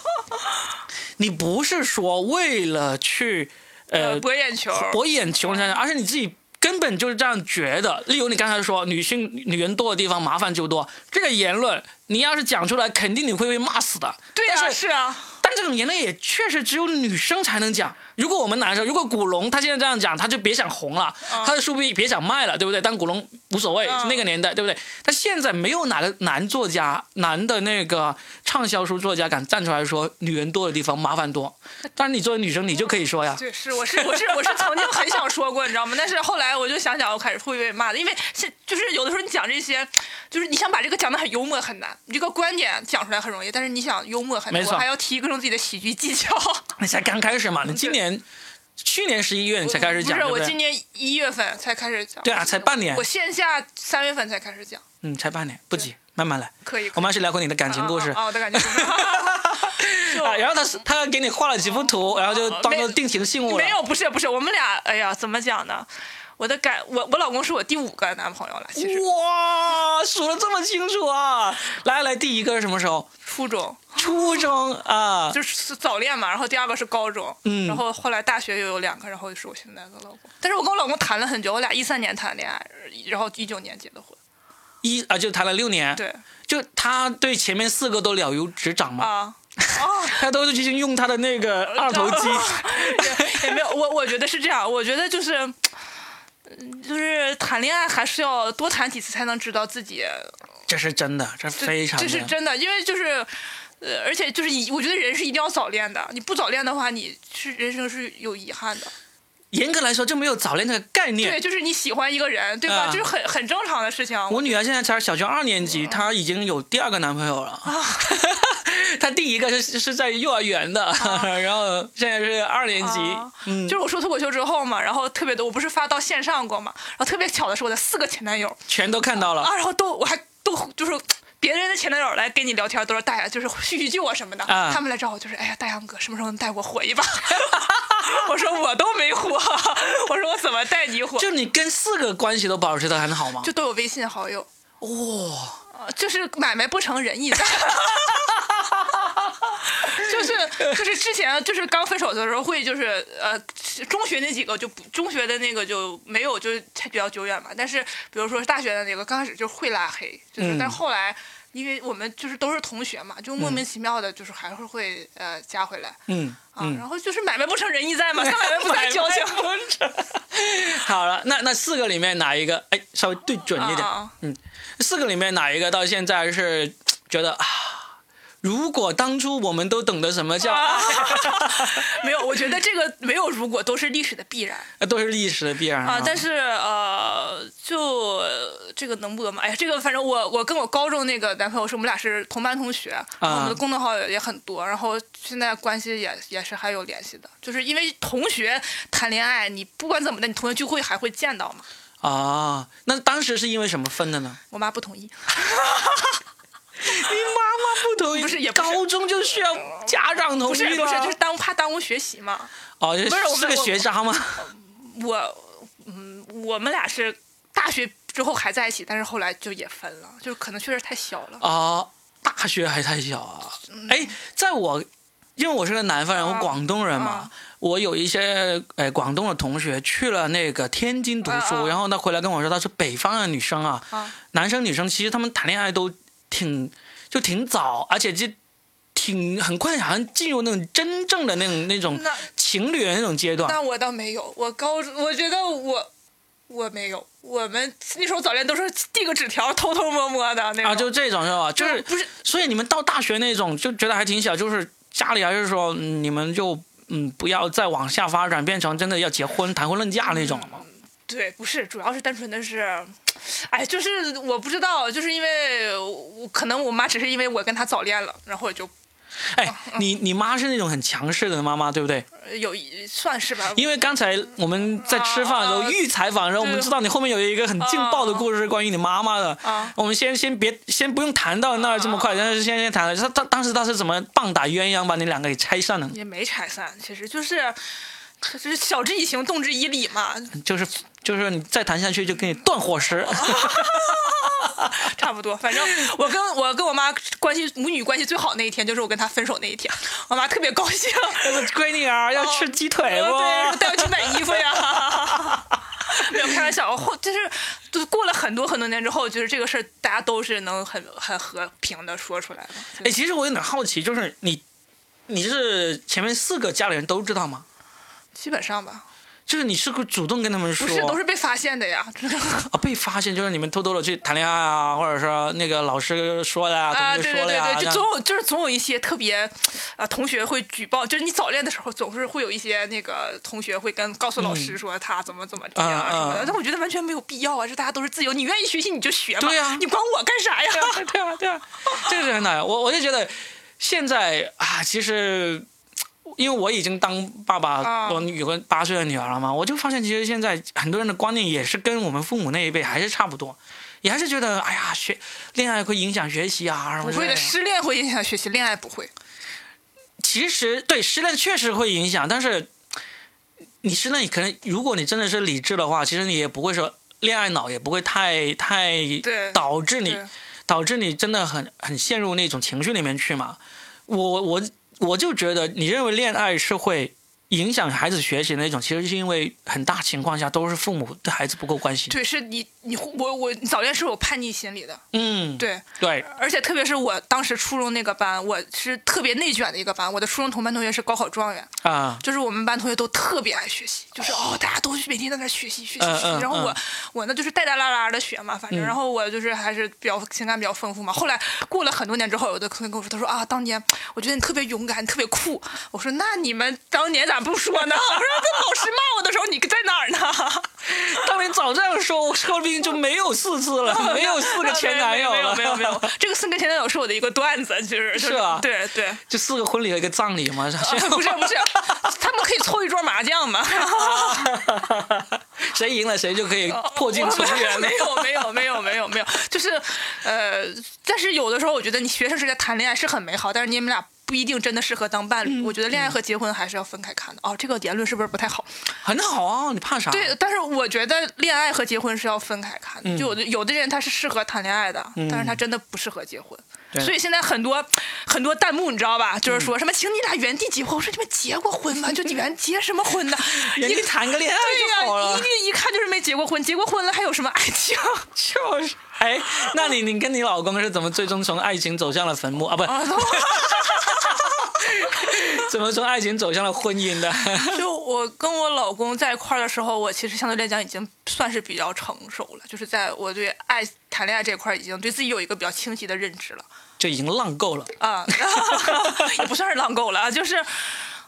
你不是说为了去呃呃博眼球，博眼球，想想，而是你自己。根本就是这样觉得。例如你刚才说女性女人多的地方麻烦就多，这个言论你要是讲出来，肯定你会被骂死的。对啊但是是啊，但这种言论也确实只有女生才能讲。如果我们男生，如果古龙他现在这样讲，他就别想红了，他的书别别想卖了，对不对？但古龙无所谓，嗯那个年代，对不对？但现在没有哪个男作家、男的那个畅销书作家敢站出来说女人多的地方麻烦多。但是你作为女生，你就可以说呀。对，是我是我是我是曾经很想说过，你知道吗？但是后来我就想想，我开始会被骂的，因为现就是有的时候你讲这些，就是你想把这个讲的很幽默很难，你这个观点讲出来很容易，但是你想幽默很难，没我错还要提各种自己的喜剧技巧。你才刚开始嘛，你今年、去年十一 月你才开始讲， 不是对嗯我对今年一月份才开始讲，对啊才半年我线下三月份才开始讲，嗯，才半年，不急，慢慢来。可以。我们还是聊回你的哦感情故事。啊啊啊我的感觉是 就啊，然后他是他给你画了几幅 图，然后就当做定情信物了。没有，不是不是，我们俩，哎呀，怎么讲呢？我的感，我我老公是我第五个男朋友了，哦其实哇，数的这么清楚啊！来来，第一个是什么时候？初中。初中啊，就是早恋嘛，然后第二个是高中，嗯然后后来大学又有两个，然后就是我现在的老公。但是我跟我老公谈了很久，我俩一三年谈恋爱，然后一九年结的婚。一啊就谈了六年，对就他对前面四个都了如指掌嘛，啊啊，他都已经用他的那个二头 肌，也也没有，我我觉得是这样，我觉得就是，嗯就是谈恋爱还是要多谈几次才能知道自己，这是真的，这这非常这是的。真的，因为就是。呃，而且就是以，我觉得人是一定要早恋的。你不早恋的话，你是人生是有遗憾的。严格来说，就没有早恋这个概对，念。就是你喜欢一个人，对吧？啊这是很很正常的事情。我女儿现在才小学二年级，她已经有第二个男朋友了。啊 她第一个是是在幼儿园的， 然后现在是二年级啊。嗯，就是我说脱口秀之后嘛，然后特别多，我不是发到线上过嘛，然后特别巧的是我的四个前男友全都看到了啊，然后都我还都就是别人的前男友来跟你聊天都是大洋，就是叙叙旧啊什么的，啊他们来找我就是哎呀大洋哥什么时候能带我火一把？ 我说我都没火，我说我怎么带你火？就你跟四个关系都保持的很好吗？就都有微信好友，哇、呃就是买卖不成仁义 在。就是就是之前就是刚分手的时候会就是呃中学那几个就不中学的那个就没有就是太比较久远嘛，但是比如说大学的那个刚开始就会拉黑，就是、嗯但后来因为我们就是都是同学嘛，就莫名其妙的就是还是会呃加回来 嗯啊，嗯，然后就是买卖不成仁义在 嘛，三百万不买算交情。卖不成 好了，那那四个里面哪一个？哎，稍微对准一点。啊四个里面哪一个到现在是觉得啊？如果当初我们都懂得什么叫啊爱， 没有，我觉得这个没有如啊果都是历史的必然。嗯都是历史的必然啊、但是是呃，就呃这个能播吗？哎呀，这个反正我我跟我高中那个男朋友是我们俩是同班同学，然后我们的公众号也也很多，然后现在关系也也是还有联系的，就是因为同学谈恋爱，你不管怎么的，你同学聚会还会见到嘛。啊，那当时是因为什么分的呢？我妈不同意，啊你妈妈不同意，不是也不是高中就需要家长同不意是了，不是，就是耽误怕耽误学习嘛。哦，不是我是们是个学渣吗？我嗯，我们俩是大学之后还在一起，但是后来就也分了，就是可能确实太小了。啊，大学还太小啊！哎，在我，因为我是个南方人，我嗯啊广东人嘛，啊我有一些呃广东的同学去了那个天津读书，啊啊然后他回来跟我说，他是北方的女生啊，啊男生女生其实他们谈恋爱都挺就挺早，而且就挺很快，好像进入那种真正的那种那种那情侣的那种阶段。那我倒没有，我高中我觉得我我没有，我们那时候早恋都是递个纸条，偷偷摸摸的那种。啊，就这种是吧？就是不是所以你们到大学那种就觉得还挺小，就是家里还是说、嗯你们就嗯不要再往下发展，变成真的要结婚谈婚论嫁那种了嗯吗？对，不是，主要是单纯的是，哎，就是我不知道，就是因为我可能我妈只是因为我跟她早恋了，然后我就哎，你你妈是那种很强势的妈妈，对不对？呃有一算是吧。因为刚才我们在吃饭的时候啊啊预采访的时候，我对们知道你后面有一个很劲爆的故事是关于你妈妈的。啊我们先先别先不用谈到那儿这么快，但是先先谈了，她当当时她是怎么棒打鸳鸯把你两个给拆散的？也没拆散，其实就是就是晓之以情，动之以理嘛，就是就是你再谈下去就给你断伙食。 差不多。反正我跟我跟我妈关系母女关系最好那一天，就是我跟她分手那一天，我妈特别高兴，闺女儿要吃鸡腿不？嗯哦对，说带我去买衣 服呀。没有开玩笑，后就是就过了很多很多年之后，就是这个事儿大家都是能很很和平的说出来的。哎，其实我有点好奇，就是你，你是前面四个家里人都知道吗？基本上吧，就是你是会主动跟他们说，不是都是被发现的呀。啊被发现，就是你们偷偷的去谈恋爱啊，或者说那个老师说的啊， 啊，同学对对说的对呀、对，这就样 总有就是总有一些特别，啊，同学会举报，就是你早恋的时候，总是会有一些那个同学会跟告诉老师说他怎么怎么地嗯啊啊什么啊的，但我觉得完全没有必要啊，这大家都是自由，你愿意学习你就学嘛，对呀你管我干啥呀？对啊，对啊， 这个是很难。我我就觉得现在啊，其实因为我已经当爸爸，啊我有个八岁的女儿了嘛，我就发现其实现在很多人的观念也是跟我们父母那一辈还是差不多，也还是觉得哎呀学恋爱会影响学习啊什 不么之会类的，的。失恋会影响学习，恋爱不会。其实对失恋确实会影响，但是你失恋，你可能如果你真的是理智的话，其实你也不会说恋爱脑，也不会太太对导致你对导致你真的很很陷入那种情绪里面去嘛。我我我就觉得，你认为恋爱是会影响孩子学习的那种，其实是因为很大情况下都是父母对孩子不够关心。对，是你你我我早恋是有叛逆心理的，嗯，对，对而且特别是我当时初中那个班，我是特别内卷的一个班，我的初中同班同学是高考状元，啊，就是我们班同学都特别爱学习，就是哦，大家都每天在那儿学习学习嗯学习嗯，然后我嗯我呢就是带带拉拉的学嘛，反正嗯然后我就是还是比较情感比较丰富嘛。后来过了很多年之后，有的同学跟我说，他说啊，当年我觉得你特别勇敢，你特别酷。我说那你们当年咋不说呢？我说这老师骂我的时候你在哪儿呢？当你早这样说，我说不定就没有四次了，没有四个前男友 没有了，没有没有， 没有这个四个前男友是我的一个段子，就是就是吧对对， 啊就四个婚礼和一个葬礼嘛，是 吧？不是不是，他们可以凑一桌麻将 嘛？谁赢了谁就可以破镜重圆了 没。有没有没有没有没有，就是呃，但是有的时候我觉得你学生时代谈恋爱是很美好，但是你们俩。不一定真的适合当伴侣，嗯我觉得恋爱和结婚还是要分开看的。哦，这个言论是不是不太好？ 很好啊，你怕啥？对，但是我觉得恋爱和结婚是要分开看嗯的。就有的有的人他是适合谈恋爱的，但是他真的不适合结婚。对所以现在很多很多弹幕你知道吧，就是说什么请你俩原地结婚，我说你们结过婚 吗？就你们结什么婚呢？人一家谈个恋爱就好对呀、了一。定一看就是没结过婚，结过婚了还有什么爱情？ 就是，哎，那你你跟你老公是怎么最终从爱情走向了坟墓啊？不，怎么从爱情走向了婚姻的？ 就我跟我老公在一块儿的时候，我其实相对来讲已经算是比较成熟了，就是在我对爱谈恋爱这块儿已经对自己有一个比较清晰的认知了。 就已经浪够了。啊，也不算是浪够了啊，就是。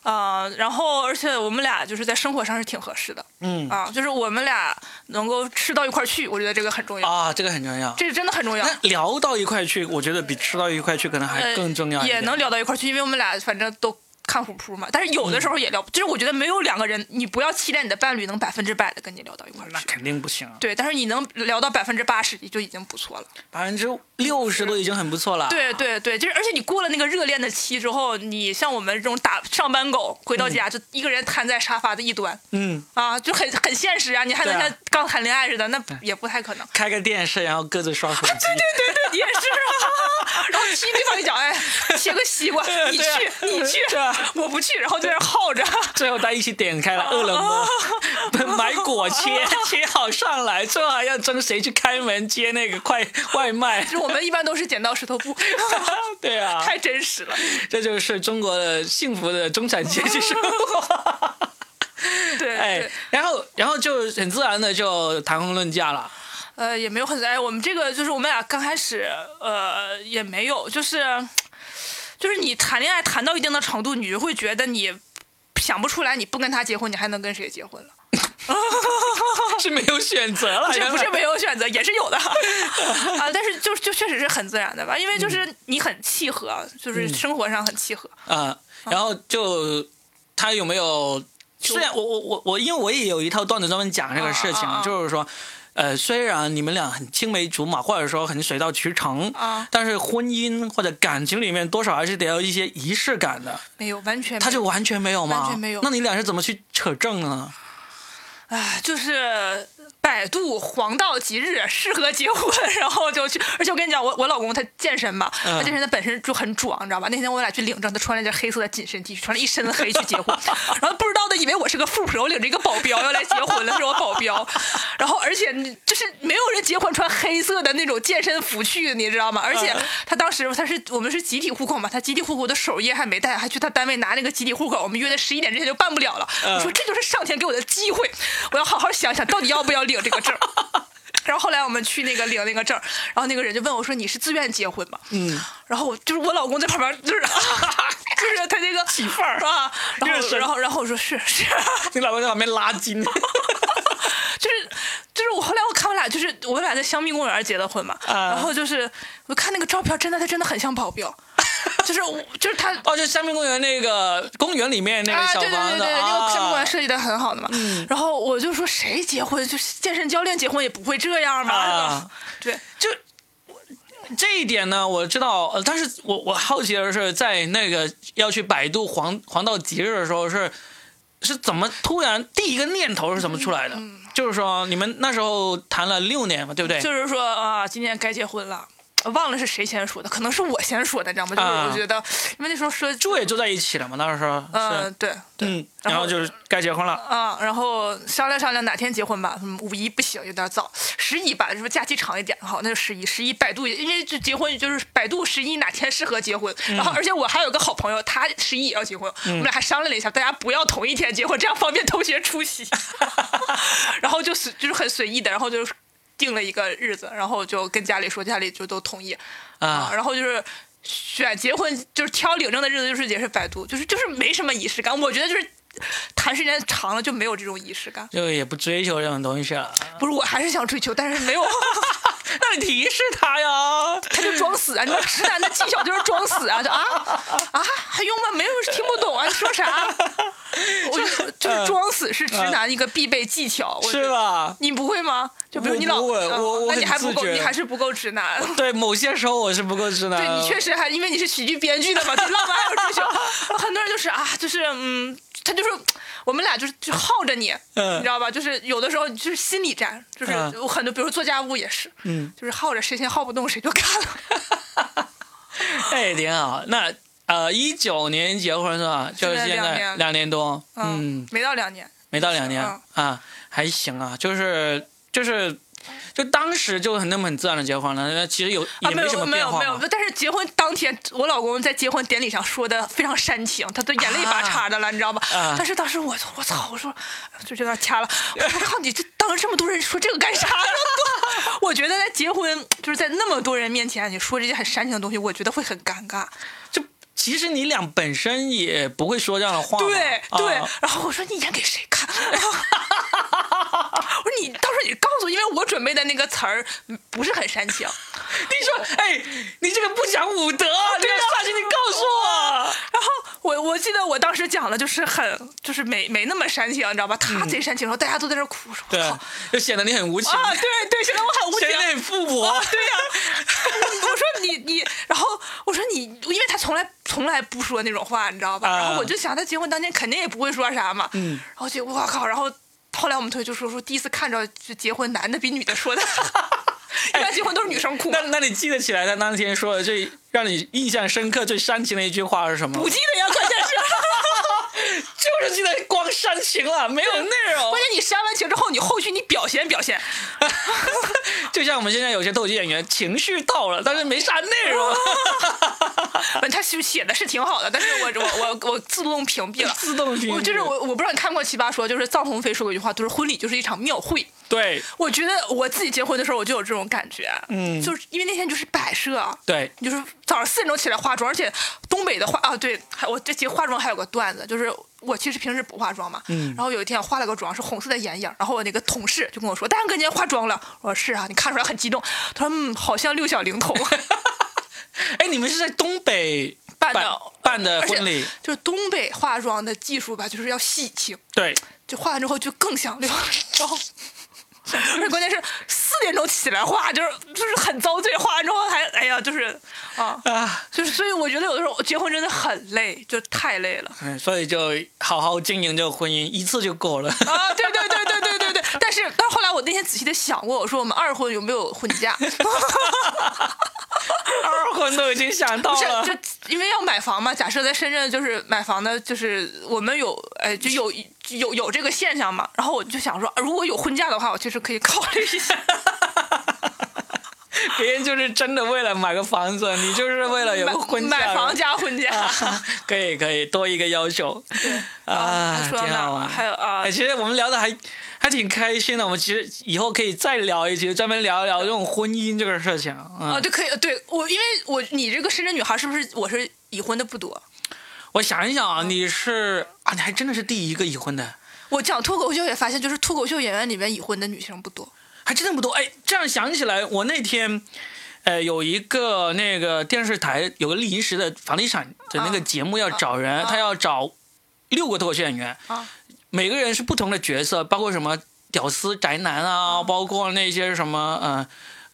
呃，然后而且我们俩就是在生活上是挺合适的嗯啊，就是我们俩能够吃到一块儿去，我觉得这个很重要，啊，这个很重要。这个真的很重要。那聊到一块去，我觉得比吃到一块去可能还呃更重要一也点。能聊到一块儿去，因为我们俩反正都看虎扑嘛。但是嗯有的时候也聊，就是我觉得没有两个人，你不要期待你的伴侣能百分之百的跟你聊到一块儿那去。肯定不行啊，对，但是你能聊到百分之八十就已经不错了。百分之六十都已经很不错了。对对对，就是而且你过了那个热恋的期之后，你像我们这种打上班狗，回到家就一个人瘫在沙发的一端嗯，啊，就很很现实啊。你还能对啊像刚谈恋爱似的，那也不太可能。开个电视，然后各自刷手机。对对，也是啊。 然后踢对方一脚，哎，切个西瓜，你对啊去你去对啊，我不去，然后在那儿耗着。最后他一起点开了饿了哦么，买果切，切好上来，最后还要争谁去开门接那个快外 卖。就我们一般都是剪刀石 头布，对啊，太真实了。这就是中国的幸福的中产阶级生活。对，哎哦对，然后然后就很自然的就谈婚论嫁 了。呃，也没有很哎，我们这个就是我们俩刚开始，呃，也没有，就是就是你谈恋爱谈到一定的程度，你就会觉得你想不出来，你不跟他结婚，你还能跟谁结婚了？是没有选择了，这原不来是没有选择，也是有 的啊。但是就就确实是很自然的吧，因为就是嗯你很契合，就是生活上很契合。啊、然后就他有没有？虽然我我我我，因为我也有一套段子专门讲这个事情，啊啊啊就是说。呃，虽然你们俩很青梅竹马，或者说很水到渠成，啊但是婚姻或者感情里面多少还是得有一些仪式感的。没有，完全没有他就完全没有吗？完全没有那你俩是怎么去扯证的 呢？哎，就是百度黄道吉日适合结婚，然后就去。而且我跟你讲，我我老公他健身嘛，嗯他健身他本身就很壮，你知道吧？那天我俩去领证，他穿了一件黑色的紧身 T 恤，穿了一身的黑去结婚， 然后不知道的以为我是个富婆，我领着一个保镖要来结婚了，是我保镖。然后而且你就是没有人结婚穿黑色的那种健身服去，你知道吗？而且他当时他是我们是集体户口嘛，他集体户口的首页还没带，还去他单位拿那个集体户口，我们约在十一点之前就办不了了。嗯我说这就是上天给我的机会，我要好好想想到底要不要领这个 证儿。然后后来我们去那个领那个证儿，然后那个人就问我说：“你是自愿结婚吗？”嗯，然后我就是我老公在旁边 就是就是他那个媳妇儿啊，然热后身然后然后我说是是，你老公在旁边拉筋， 就是就是我后来我看我俩就是我们俩在香蜜公园结的婚嘛，啊然后就是我看那个照片，真的他真的很像保镖， 就是我就 是他 哦，就香槟公园那个公园里面那个啊，小对房对子，对对，那啊嗯个项目管设计的很好的嘛。然后我就说，谁结婚就是健身教练结婚也不会这样嘛。啊对，就我这一点呢，我知道，呃，但是我我好奇的是，在那个要去百度黄黄道吉日的时候是，是怎么突然第一个念头是怎么出来的？嗯就是说，你们那时候谈了六年嘛，对不对？就是说啊，今年该结婚了。忘了是谁先说的，可能是我先说的，你知道吗？就是啊我觉得，因为那时候说，住也住在一起了嘛，那时候是，嗯、对对，嗯，然然后后就是该结婚了。啊，然后商量商量哪天结婚吧。嗯，五一不行，有点早，十一吧，是不是假期长一点？好，那就十一，十一百度，因为就结婚就是百度十一哪天适合结婚。然后，而且我还有个好朋友，他十一也要结婚，我们俩还商量了一下，大家不要同一天结婚，这样方便同学出席。 然后就是就是很随意的，然后就是定了一个日子，然后就跟家里说，家里就都同意啊然后就是。选结婚就是挑领证的日子，就是也是百度，就是就是没什么仪式感。我觉得就是谈时间长了就没有这种仪式感。就也不追求这种东西了，不是，我还是想追求，但是没有， 那你提示他呀，他就装死啊！你说直男的技巧就是装死啊！就啊啊，还用吗？没有听不懂啊！你说啥？我就就是装死是直男一个必备技巧，我觉嗯是得？吧？你不会吗？就比如我你老，不会嗯我我那你很还自不够，觉你还是不够直男。对，某些时候我是不够直男对的。你确实还因为你是喜剧编剧的嘛，对浪漫还有 追求，很多人就是啊，就是嗯，他就是我们俩就是就耗着你，嗯你知道吧？就是有的时候就是心理战，就是嗯我很多，比如做家务也是，嗯，就是耗着谁先耗不动谁就干了。 哎，挺好。那呃，一九年结婚是吧？就是现现在两在年两年多，嗯嗯，，没到两年，没到两年嗯啊，还行啊，就是就是。就当时就很那么很自然的结婚了，那其实有啊，也没什么有没变有化没嘛有，但是结婚当天，我老公在结婚典礼上说的非常煽情，他都眼泪拔叉的了，你知道吧？啊但是当时我我操，我说就这段掐了，我说靠你这当着这么多人说这个干啥？然后 我我觉得在结婚就是在那么多人面前你说这些很煽情的东西，我觉得会很尴尬。就其实你俩本身也不会说这样的话嘛，对啊对，然后我说你演给谁看？ 然后我说你到时候你告诉我，因为我准备的那个词儿嗯不是很煽 情。你说，哎，你这个不讲武德，啊你要下去，你告诉我。然后我我记得我当时讲的就是很就是没没那么煽情，你知道吧？他贼煽情，然后大家都在这儿哭，我说对啊我靠，就显得你很无情，啊，对对，显得我很无情显。得你很富啊薄，，对呀、 我说你你，然后我说你，因为他从来从来不说那种话，你知道吧？啊然后我就想他结婚当天肯定也不会说啥嘛。嗯。然后就我靠，然后后来我们同学就说说第一次看着就结婚男的比女的说 的，一般结婚都是女生哭嘛哎那。那你记得起来他当天说的最让你印象深刻、最煽情的一句话是什么？不记得呀，关键是，就是记得光煽情了， 没有内容关。键你煽完情之后，你后续你表现表现，就像我们现在有些斗鸡演员，情绪到了，但是没啥内容，本 他写写的是挺好的，但是我我我我自动 屏蔽了，自动屏蔽我就是我我不知道你看过《奇葩说》，就是臧鸿飞说过一句话，就是婚礼就是一场庙会。对我觉得我自己结婚的时候，我就有这种感觉，嗯就是因为那天就是摆设，对，你就是早上四点钟起来化妆，而且东北的化啊，对，还我这节化妆还有个段子，就是我其实平时不化妆嘛，嗯然后有一天我化了个妆，是红色的眼影，然后我那个同事就跟我说：“大杨哥，你今天化妆了？”我说：“是啊，你看出来很激动。”他说：“嗯，好像六小龄童。”哎，你们是在东北办的办办的而且婚礼，就是东北化妆的技术吧，就是要细清，对，就化完之后就更像六 然后，而且关键是四点钟起来化，就是就是很遭罪，化完之后还哎呀，就是啊，啊，就是所以我觉得有的时候结婚真的很累，就太累了嗯所以就好好经营这个婚姻，一次就够了。啊！对对对对对对对，但是但是后来我那天仔细的想过，我说我们二婚有没有婚假？二婚都已经想到不是 了，，就因为要买房嘛。假设在深圳，就是买房的，就是我们有，哎，就有就有有这个现象嘛。然后我就想说，如果有婚假的话，我其实可以考虑一下。别人就是真的为了买个房子，你就是为了有买个婚嫁买房加婚假。啊， 可以可以，多一个要求啊，还挺说到哪好儿了玩。还有啊哎，，其实我们聊的还还挺开心的，我们其实以后可以再聊一期，专门聊一聊这种婚姻这个事情啊啊，。对，可以，对我，因为我你这个深圳女孩是不是我是已婚的不多？我想一想嗯啊，你是啊，你还真的是第一个已婚的，我讲脱口秀也发现，就是脱口秀演员里面已婚的女性不多。还真的不多。哎，这样想起来，我那天。呃，有一个那个电视台有个临时的房地产的那个啊节目要找人，他要找六个脱口秀演员，啊每个人是不同的角色，包括什么屌丝宅男啊，包括那些什么呃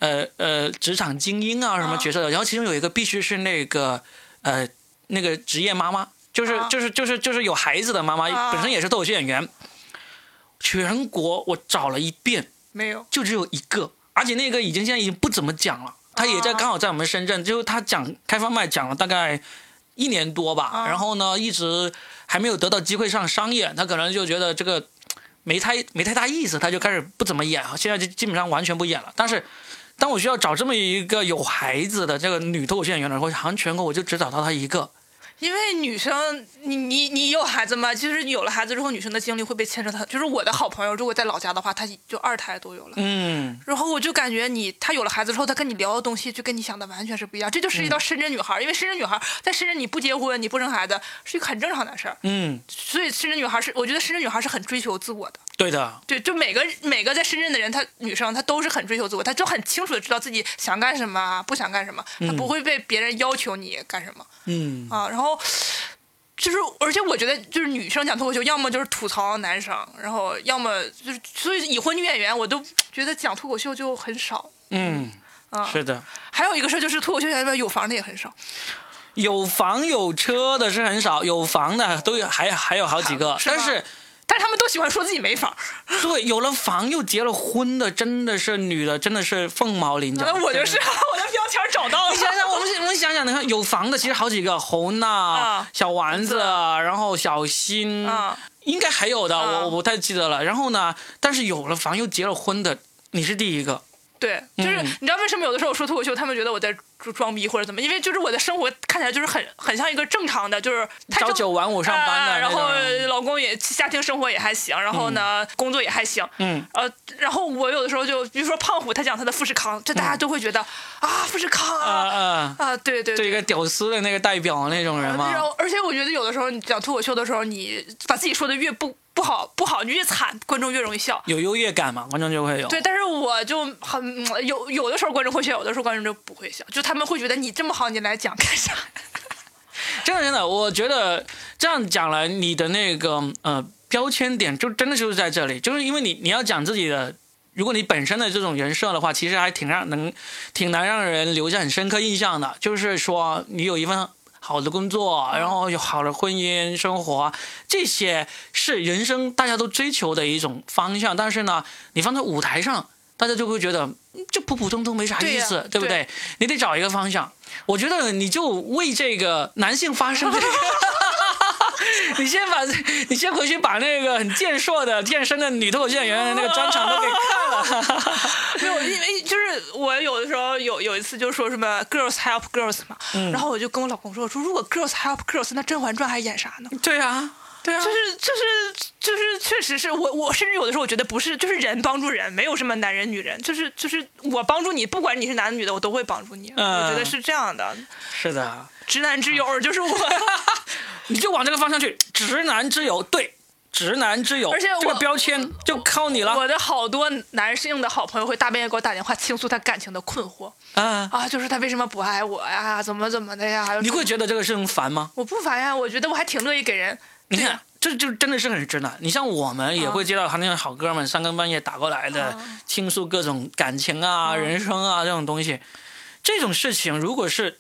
呃呃职场精英啊什么角色的。然后其中有一个必须是那个呃那个职业妈妈，就是、啊就是就是就是有孩子的妈妈，啊本身也是脱口秀演员。全国我找了一遍，没有就只有一个，而且那个已经现在已经不怎么讲了。他也在啊刚好在我们深圳，就是他讲开放麦讲了大概一年多吧，啊然后呢一直还没有得到机会上商业，他可能就觉得这个没太没太大意思，他就开始不怎么演，现在就基本上完全不演了。但是当我需要找这么一个有孩子的这个女脱口秀演员的时候，好像全国我就只找到她一个。因为女生，你你你有孩子吗？就是有了孩子之后，女生的精力会被牵扯到。就是我的好朋友，如果在老家的话，她就二胎都有了。嗯，然后我就感觉你，她有了孩子之后，她跟你聊的东西就跟你想的完全是不一样。这就涉及到深圳女孩儿，因为深圳女孩儿在深圳你不结婚、你不生孩子是一个很正常的事儿。嗯，所以深圳女孩儿是，我觉得深圳女孩儿是很追求自我的。对的，对，就每个每个在深圳的人，她女生她都是很追求自我，她就很清楚的知道自己想干什么，不想干什么，她不会被别人要求你干什么。嗯，啊，然后就是，而且我觉得就是女生讲脱口秀，要么就是吐槽男生，然后要么就是，所以已婚女演员我都觉得讲脱口秀就很少。嗯，啊是的。还有一个事儿就是脱口秀演员里边有房的也很少，有房有车的是很少，有房的都有，还还有好几个。是吗但是但是他们都喜欢说自己没房，对，有了房又结了婚的，真的是女的，真的是凤毛麟角。那我就是我的标签儿找到了你。想想，我们我们想想，你看有房的其实好几个，侯娜、啊小丸子，丸然后小新，啊应该还有的，啊我我不太记得了。然后呢，但是有了房又结了婚的，你是第一个。对，就是嗯你知道为什么有的时候我说脱口秀，他们觉得我在装装逼或者怎么？因为就是我的生活看起来就是很很像一个正常的，就是太朝正九晚五上班的啊，然那种后人老公也家庭生活也还行，然后呢、工作也还行，嗯，呃，然后我有的时候就比如说胖虎他讲他的富士康，这大家都会觉得、啊富士康啊啊嗯啊，啊对对对对。一个屌丝的那个代表那种人然嘛，后，而且我觉得有的时候你讲脱口秀的时候，你把自己说的越不不好不好，你越惨，观众越容易笑。有优越感嘛，观众就会有。对，但是我就很嗯有有的时候观众会笑，有的时候观众就不会笑，就他们会觉得你这么好，你来讲干啥？ 真的真的，我觉得这样讲来，你的那个呃标签点就真的就是在这里，就是因为你你要讲自己的。如果你本身的这种人设的话，其实还挺让能挺难让人留下很深刻印象的。就是说，你有一份好的工作，然后有好的婚姻生活，这些是人生大家都追求的一种方向。但是呢，你放在舞台上，大家就会觉得嗯这普普通通没啥对意呀思，对不对对？你得找一个方向。我觉得你就为这个男性发声这个。 你先把，你先回去把那个很健硕的、健身的女脱口秀演员的那个专场都给看了。没有，因为就是我有的时候有有一次就说什么 girls help girls 嘛，嗯然后我就跟我老公说，我说如果 girls help girls，那《甄嬛传》还演啥呢？ 对啊，对啊就，是就是就是，确实是我我甚至有的时候我觉得不是，就是人帮助人，没有什么男人女人，就是就是我帮助你，不管你是男的女的，我都会帮助你。嗯我觉得是这样的，是的，直男之友就是我，你就往这个方向去，直男之友，对，直男之友，而且这个我标签就靠 你了我的好多男性的好朋友会大半夜给我打电话倾诉他感情的困惑啊！啊，就是他为什么不爱我呀，怎么怎么的呀？你会觉得这个事情烦吗？我不烦呀，我觉得我还挺乐意给人。你嗯看，这就真的是很直男。你像我们也会接到他那种好哥们三更半夜打过来的，哦倾诉各种感情啊、人生啊这种东西。这种事情，如果是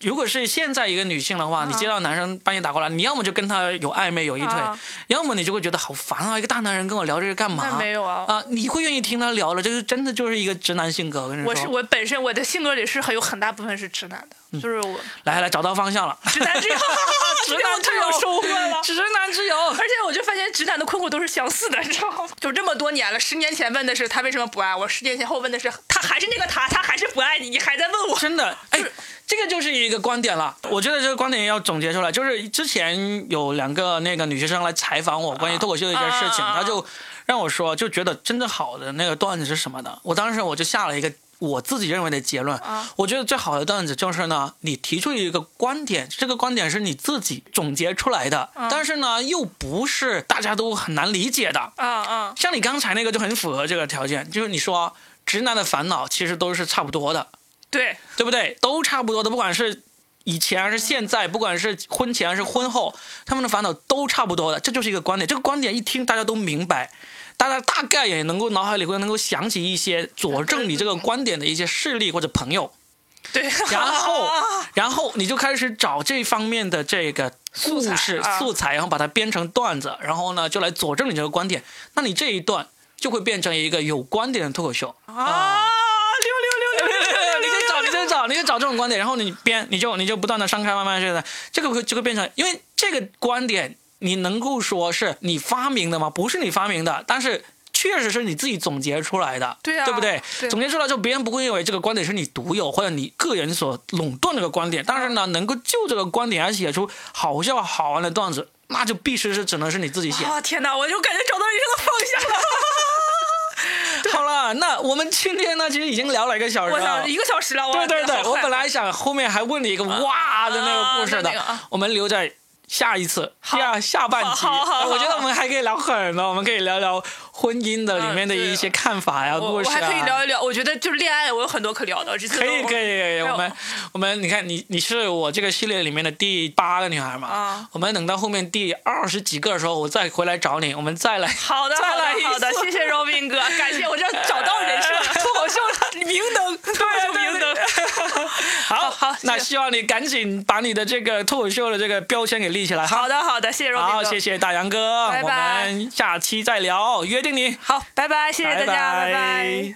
如果是现在一个女性的嗯话，你接到男生半夜打过来，你要么就跟他有暧昧有一腿啊，要么你就会觉得好烦啊，一个大男人跟我聊这个干那嘛？没有啊啊，你会愿意听他聊了，这个真的就是一个直男性格。我跟你我是说，我本身我的性格里是很有很大部分是直男的，就是我 来来找到方向了， 直男之友，嗯 直男之太友有收获了。直男之友。而且我就发现直男的困惑都是相似的，你知道吗？就这么多年了，十年前问的是他为什么不爱我，十年前后问的是他还是那个他，他还是不爱你，你还在问我。真的， 哎，这个就是一个观点了。我觉得这个观点要总结出来，就是之前有两个那个女学生来采访我关于脱口秀的一些事情，啊啊她就让我说，就觉得真正好的那个段子是什么的。我当时我就下了一个我自己认为的结论，啊我觉得最好的段子就是呢，你提出一个观点，这个观点是你自己总结出来的，但是呢又不是大家都很难理解的。啊啊像你刚才那个就很符合这个条件，就是你说直男的烦恼其实都是差不多的。对，对不对？都差不多的，不管是以前还是现在，不管是婚前还是婚后，他们的烦恼都差不多的。这就是一个观点，这个观点一听大家都明白，大家大概也能够脑海里会能够想起一些佐证你这个观点的一些事例或者朋友，对，然后然后你就开始找这方面的这个。故事素材啊素材，然后把它编成段子，然后呢，就来佐证你这个观点。那你这一段就会变成一个有观点的脱口秀啊，六六六六六六你六就找，你就找，你就找这种观点，然后你编，你就你就不断的商开慢慢去的，这个会就会变成，因为这个观点你能够说是你发明的吗？不是你发明的，但是。确实是你自己总结出来的，对啊不对？对总结出来之后，别人不会认为这个观点是你独有或者你个人所垄断这个观点。但是呢，能够就这个观点而写出好笑好玩的段子，那就必须是只能是你自己写。啊天哪，我就感觉找到人生的方向了。好了，那我们今天呢，其实已经聊了一个小时我了操，。一个小时了，我 对对对，好我坏本来想后面还问你一个哇的那个故事的啊那那个啊，我们留在下一次好第二下半集。好好好哎我觉得好我们还可以聊很多，我们可以聊聊婚姻的里面的嗯对一些看法呀、我故我事还可以啊。聊一聊，我觉得就是恋爱，我有很多可聊的。这次可以可以可以，我我们我们你看你你是我这个系列里面的第八个女孩嘛？啊我们等到后面第二十几个的时候，我再回来找你，我们再来好 的，再好来一的，好的，次谢谢 Robin 哥，感谢我这找到人生了，脱口秀明 灯，脱口 秀明灯。好好那谢谢希望你赶紧把你的这个脱口秀的这个标签给立起来哈。好的，好的，谢谢 Robin 哥，好，谢谢大杨哥，拜拜我们下期再聊，约定你，好，拜拜，谢谢大家，拜拜